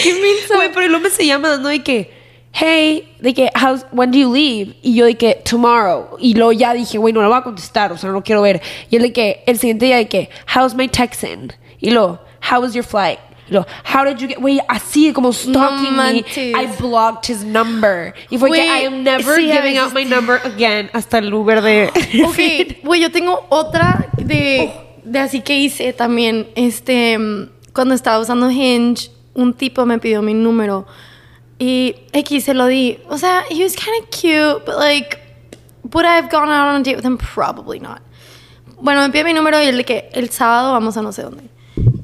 Speaker 1: Qué mensa.
Speaker 2: Güey, pero el hombre se llama dando de que, hey, de que, how's, when do you leave? Y yo de que, tomorrow. Y luego ya dije, güey, no la voy a contestar, o sea, no lo quiero ver. Y él de que, el siguiente día de que, how's my Texan? Y luego, how was your flight? Y luego, how did you get, güey, así como stalking me,
Speaker 1: manches.
Speaker 2: I blocked his number. Y fue que
Speaker 1: Güey,
Speaker 2: I am never
Speaker 1: sí, a
Speaker 2: giving out my number again hasta el Uber de.
Speaker 1: Ok, güey, yo tengo otra de, de así que hice también. Este, mm, cuando estaba usando Hinge, un tipo me pidió mi número y X se lo di. O sea, he was kind of cute, but like, would I have gone out on a date with him? Probably not. Bueno, me pide mi número y él de que el sábado vamos a no sé dónde.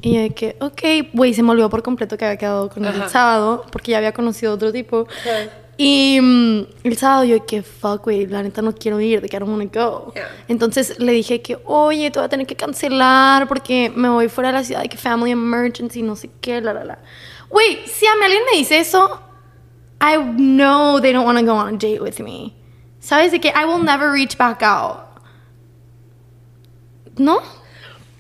Speaker 1: Y yo de que, ok, güey, se me olvidó por completo que había quedado con él el sábado, porque ya había conocido otro tipo. Y mm, el sábado yo de que, fuck, güey, la neta no quiero ir, de que I don't wanna go.
Speaker 2: Yeah.
Speaker 1: Entonces le dije que, oye, te voy a tener que cancelar porque me voy fuera de la ciudad, de que family emergency, no sé qué, la, la, la. Güey, si a mí alguien me dice eso, I know they don't want to go on a date with me. ¿Sabes de que I will never reach back out. ¿No?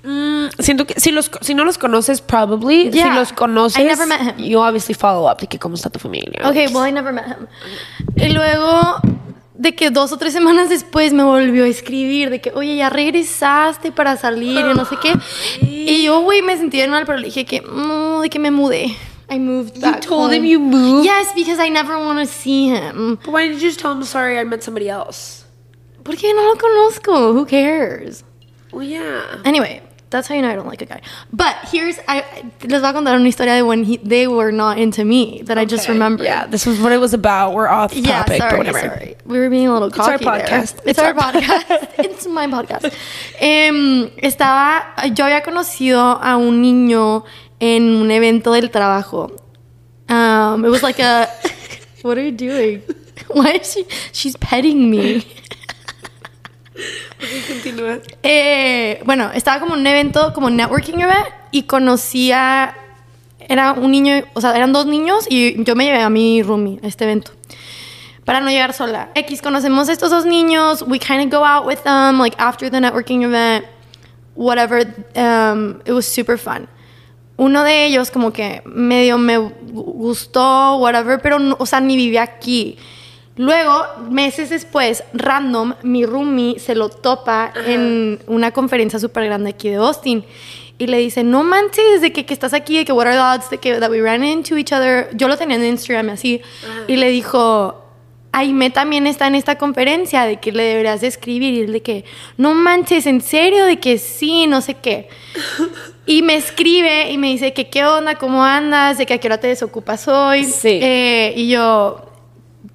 Speaker 2: Mm, siento que si, los, si no los conoces, probably.
Speaker 1: Yeah.
Speaker 2: Si los conoces,
Speaker 1: I never met him.
Speaker 2: you obviously follow up de que cómo está tu familia.
Speaker 1: Ok, well, I never met him. Y luego, de que dos o tres semanas después me volvió a escribir, de que, oye, ya regresaste para salir y no sé qué. Y yo, güey, me sentí bien mal, pero le dije que, no, de que me mudé. I moved
Speaker 2: You
Speaker 1: back
Speaker 2: told him
Speaker 1: home.
Speaker 2: you moved.
Speaker 1: Yes, because I never want to see him.
Speaker 2: But why did you just tell him sorry I met somebody else?
Speaker 1: ¿Por qué no lo conozco? Who cares?
Speaker 2: Well, yeah.
Speaker 1: Anyway, that's how you know I don't like a guy. But here's I les voy a contar una historia de when he, they were not into me that I just
Speaker 2: Okay.
Speaker 1: remembered.
Speaker 2: Yeah, this was what it was about. We're off topic,
Speaker 1: Yeah,
Speaker 2: but
Speaker 1: sorry,
Speaker 2: whatever.
Speaker 1: sorry. We were being a little
Speaker 2: our
Speaker 1: cocky there.
Speaker 2: podcast.
Speaker 1: It's, our, podcast. It's my podcast. Em, estaba, yo había conocido a un niño en un evento del trabajo. Um, it was like a, what are you doing? Why is she, she's petting me.
Speaker 2: Continúa.
Speaker 1: Eh, bueno, estaba como en un evento, como networking event, y conocía, era un niño, o sea, eran dos niños y yo me llevé a mi roomie a este evento. Para no llegar sola. X, conocemos a estos dos niños, we kind of go out with them, like after the networking event, whatever, um, it was super fun. Uno de ellos como que medio me gu- gustó, whatever, pero, no- o sea, ni vivía aquí. Luego, meses después, random, mi roomie se lo topa en una conferencia súper grande aquí de Austin. Y le dice, no manches, de que, que estás aquí, de que what are the odds, de que that we ran into each other. Yo lo tenía en Instagram y así. Y le dijo, Aime también está en esta conferencia, de que le deberías de escribir. Y él de que, no manches, en serio, de que sí, no sé qué. Y me escribe y me dice que qué onda, cómo andas, de que a qué hora te desocupas hoy.
Speaker 2: Sí.
Speaker 1: Eh, y yo,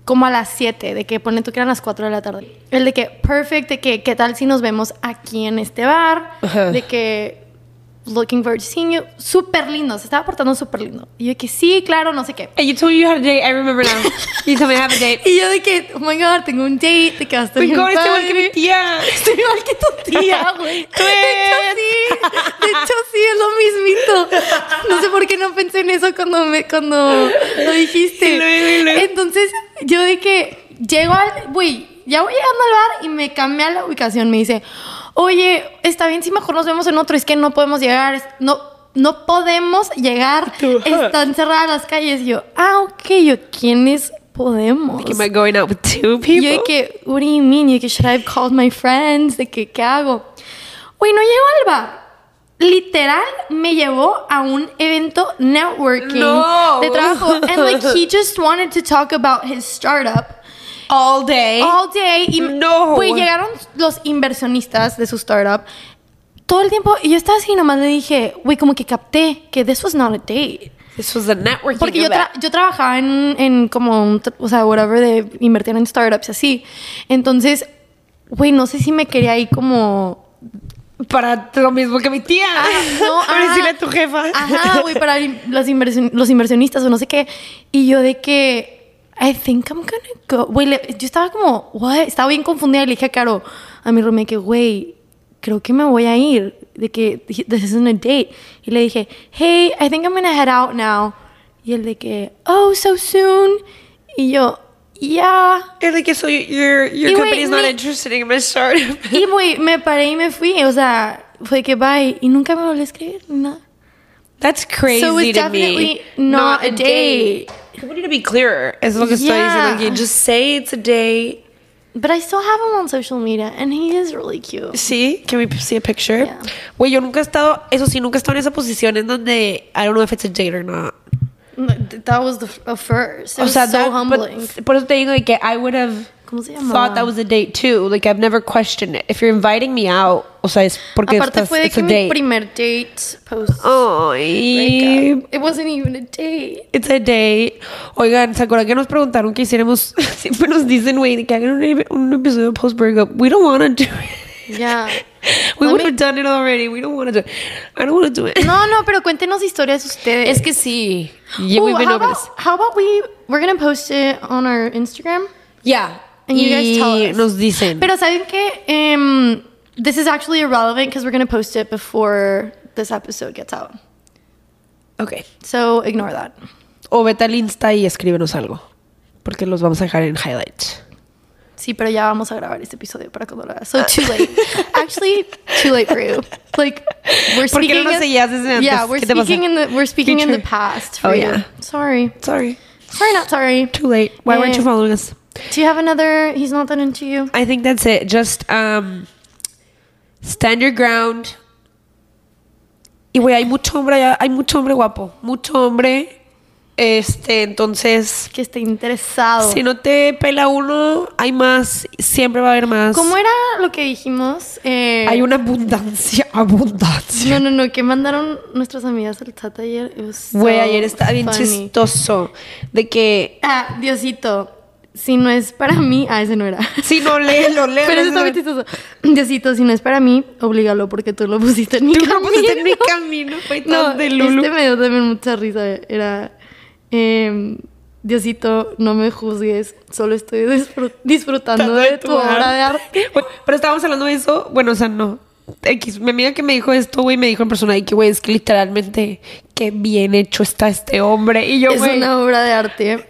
Speaker 1: como a las 7, de que pone tú que eran las 4 de la tarde. El de que, perfect, de que qué tal si nos vemos aquí en este bar,
Speaker 2: Ajá.
Speaker 1: de que looking forward to seeing you. Súper lindo, se estaba portando súper lindo. Y yo de que sí, claro, no sé qué.
Speaker 2: And you told me you had a date. I remember now. you told me I have a date.
Speaker 1: Y yo de que, oh my god, tengo un date, de que va a estar
Speaker 2: Estoy
Speaker 1: bien
Speaker 2: este igual
Speaker 1: padre.
Speaker 2: que mi tía.
Speaker 1: Estoy igual que tu tía, güey. De hecho, sí. De hecho, sí, es lo mismito. No sé por qué no pensé en eso cuando, me, cuando lo dijiste.
Speaker 2: Y luego, y luego.
Speaker 1: Entonces, yo de que llego al. Güey, ya voy llegando al bar y me cambia la ubicación. Me dice, oye, está bien si mejor nos vemos en otro. Es que no podemos llegar. es- No. No podemos llegar.
Speaker 2: Tú, ajá.
Speaker 1: Están cerradas las calles. Y yo, ah, ok. Yo, ¿quiénes podemos?
Speaker 2: Am I going out with two people?
Speaker 1: Yo de que, what do you mean? Yo de que, should I have called my friends? De que, ¿qué hago? Güey, no llegó al bar. Literal, me llevó a un evento networking
Speaker 2: No.
Speaker 1: de trabajo. And like, he just wanted to talk about his startup
Speaker 2: all day.
Speaker 1: all day. Y
Speaker 2: ¿Eh? No.
Speaker 1: Güey, llegaron los inversionistas de su startup todo el tiempo. Y yo estaba así, nomás le dije, güey, como que capté que this was not a date.
Speaker 2: This was a networking
Speaker 1: Porque yo, tra-
Speaker 2: event.
Speaker 1: yo trabajaba en, en como, un tr- o sea, whatever, de invertir en startups y así. Entonces, güey, no sé si me quería ahí como
Speaker 2: para lo mismo que mi tía.
Speaker 1: no,
Speaker 2: para
Speaker 1: ajá.
Speaker 2: decirle a tu jefa.
Speaker 1: Ajá, güey, para in- las inversión- los inversionistas o no sé qué. Y yo de que, I think I'm gonna go. Güey, le- yo estaba como, what? Estaba bien confundida y le dije a Caro, a mi roommate, que, güey, creo que me voy a ir. De que, this isn't a date. Y le dije, hey, I think I'm gonna head out now. Y él de que, oh, so soon. Y yo, yeah.
Speaker 2: Es de que soy, your, your
Speaker 1: Y, güey,
Speaker 2: company is not
Speaker 1: ni-
Speaker 2: interested in my startup.
Speaker 1: Y güey, me paré y me fui. O sea, fue que bye. Y nunca me volví a escribir ni nada.
Speaker 2: That's crazy
Speaker 1: So it's
Speaker 2: to me.
Speaker 1: definitely not a date.
Speaker 2: People need to be clearer. Es lo que estoy
Speaker 1: Yeah.
Speaker 2: diciendo aquí. Just say it's a date.
Speaker 1: But I still have him on social media and he is really cute.
Speaker 2: Sí, can we see a picture?
Speaker 1: Yeah.
Speaker 2: Güey, yo nunca he estado, eso sí, nunca he estado en esa posición en donde I don't know if it's a date or not.
Speaker 1: That was the f- a first. It
Speaker 2: o
Speaker 1: was
Speaker 2: sea,
Speaker 1: so
Speaker 2: that- but-
Speaker 1: humbling.
Speaker 2: por eso te digo de que I would have
Speaker 1: ¿Cómo se llama?
Speaker 2: thought that was a date too. Like I've never questioned it. If you're inviting me out, o sea, es porque
Speaker 1: Aparte
Speaker 2: estás,
Speaker 1: fue de
Speaker 2: it's a
Speaker 1: que mi
Speaker 2: date.
Speaker 1: primer date post
Speaker 2: Ay,
Speaker 1: breakup. It wasn't even a date.
Speaker 2: It's a date. Oigan, ¿se acuerdan que nos preguntaron que hiciéramos? Siempre nos dicen, güey, que hagan un, un episodio post breakup. We don't want to do it.
Speaker 1: Yeah.
Speaker 2: We
Speaker 1: Let
Speaker 2: would
Speaker 1: me-
Speaker 2: have done it already. We don't want to do it. I don't want to do it.
Speaker 1: No, no, pero cuéntenos historias ustedes.
Speaker 2: Es que sí. Yeah,
Speaker 1: Ooh,
Speaker 2: we've been
Speaker 1: Uh, how,
Speaker 2: over
Speaker 1: about,
Speaker 2: this.
Speaker 1: how about we we're gonna post it on our Instagram?
Speaker 2: Yeah.
Speaker 1: And you guys tell
Speaker 2: Y
Speaker 1: us.
Speaker 2: nos dicen.
Speaker 1: Pero saben que um, this is actually irrelevant because we're gonna post it before this episode gets out.
Speaker 2: okay.
Speaker 1: So ignore that.
Speaker 2: O vete al Insta y escríbenos algo. Porque los vamos a dejar en highlights.
Speaker 1: Sí, pero ya vamos a grabar este episodio para cuando lo hagas.
Speaker 2: Ah.
Speaker 1: So too late. Actually, too late for you. Like we're
Speaker 2: ¿Por qué
Speaker 1: speaking.
Speaker 2: no nos
Speaker 1: in-
Speaker 2: seguías desde
Speaker 1: Yeah,
Speaker 2: antes?
Speaker 1: we're
Speaker 2: ¿Qué te pasa?
Speaker 1: speaking in the we're speaking in the
Speaker 2: Future.
Speaker 1: past. For
Speaker 2: Oh,
Speaker 1: you.
Speaker 2: yeah.
Speaker 1: Sorry.
Speaker 2: Sorry.
Speaker 1: Sorry, not sorry.
Speaker 2: Too late. Why weren't
Speaker 1: Eh.
Speaker 2: you following us?
Speaker 1: Do you have another? He's not that into you.
Speaker 2: I think that's it. Just um, stand your ground. Y güey, hay mucho hombre allá, hay mucho hombre guapo, mucho hombre. Este, entonces,
Speaker 1: Que esté interesado.
Speaker 2: si no te pela uno, hay más, siempre va a haber más.
Speaker 1: ¿Cómo era lo que dijimos? Eh,
Speaker 2: Hay una abundancia, abundancia.
Speaker 1: No, no, no. Que mandaron nuestras amigas al chat ayer. It was so
Speaker 2: Güey, ayer estaba bien
Speaker 1: funny.
Speaker 2: chistoso de que
Speaker 1: Ah, Diosito. Si no es para mí, ah, ese no era.
Speaker 2: si no léelo, léelo.
Speaker 1: Pero eso está muy chistoso. Diosito, si no es para mí, obligalo porque tú lo pusiste en mi
Speaker 2: Tú
Speaker 1: camino.
Speaker 2: lo pusiste en mi camino, fue
Speaker 1: No,
Speaker 2: tan de Lulu.
Speaker 1: este me dio también mucha risa. Era, em, Diosito, no me juzgues, solo estoy disfrut- disfrutando de, tu obra de arte.
Speaker 2: Bueno, Pero estábamos hablando de eso. Bueno, o sea, no. X, mi amiga que me dijo esto, güey, me dijo en persona, y que, güey, es que literalmente, qué bien hecho está este hombre. Y yo,
Speaker 1: es
Speaker 2: güey,
Speaker 1: una obra de arte.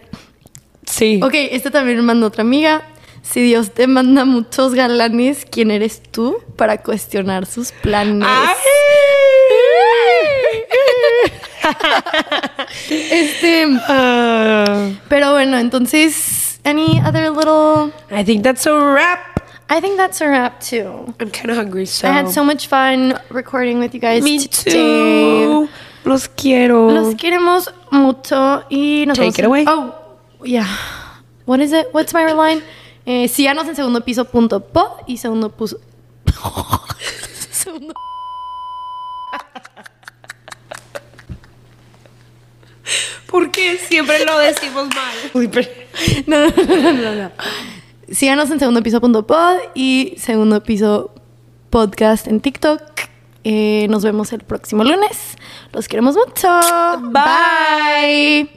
Speaker 2: sí.
Speaker 1: Ok, este también me mandó otra amiga. Si Dios te manda muchos galanes, ¿quién eres tú para cuestionar sus planes?
Speaker 2: Ay.
Speaker 1: Este,
Speaker 2: Ah.
Speaker 1: pero bueno, entonces, any other little...
Speaker 2: I think that's a wrap.
Speaker 1: I think that's a wrap too.
Speaker 2: I'm kind of hungry, so.
Speaker 1: I had so much fun recording with you guys
Speaker 2: Me
Speaker 1: today.
Speaker 2: too. Los quiero.
Speaker 1: Los queremos mucho y nos
Speaker 2: Take
Speaker 1: vemos en-
Speaker 2: it away.
Speaker 1: Oh, yeah. What is it? What's my line? Eh, síganos en segundo piso punto po y segundo puso. segundo.
Speaker 2: Porque siempre lo decimos mal. Uy, pero-
Speaker 1: No, no, no, no, no. Síganos en segundo piso punto pod y segundo piso podcast en TikTok. Eh, nos vemos el próximo lunes. Los queremos mucho.
Speaker 2: Bye.
Speaker 1: Bye.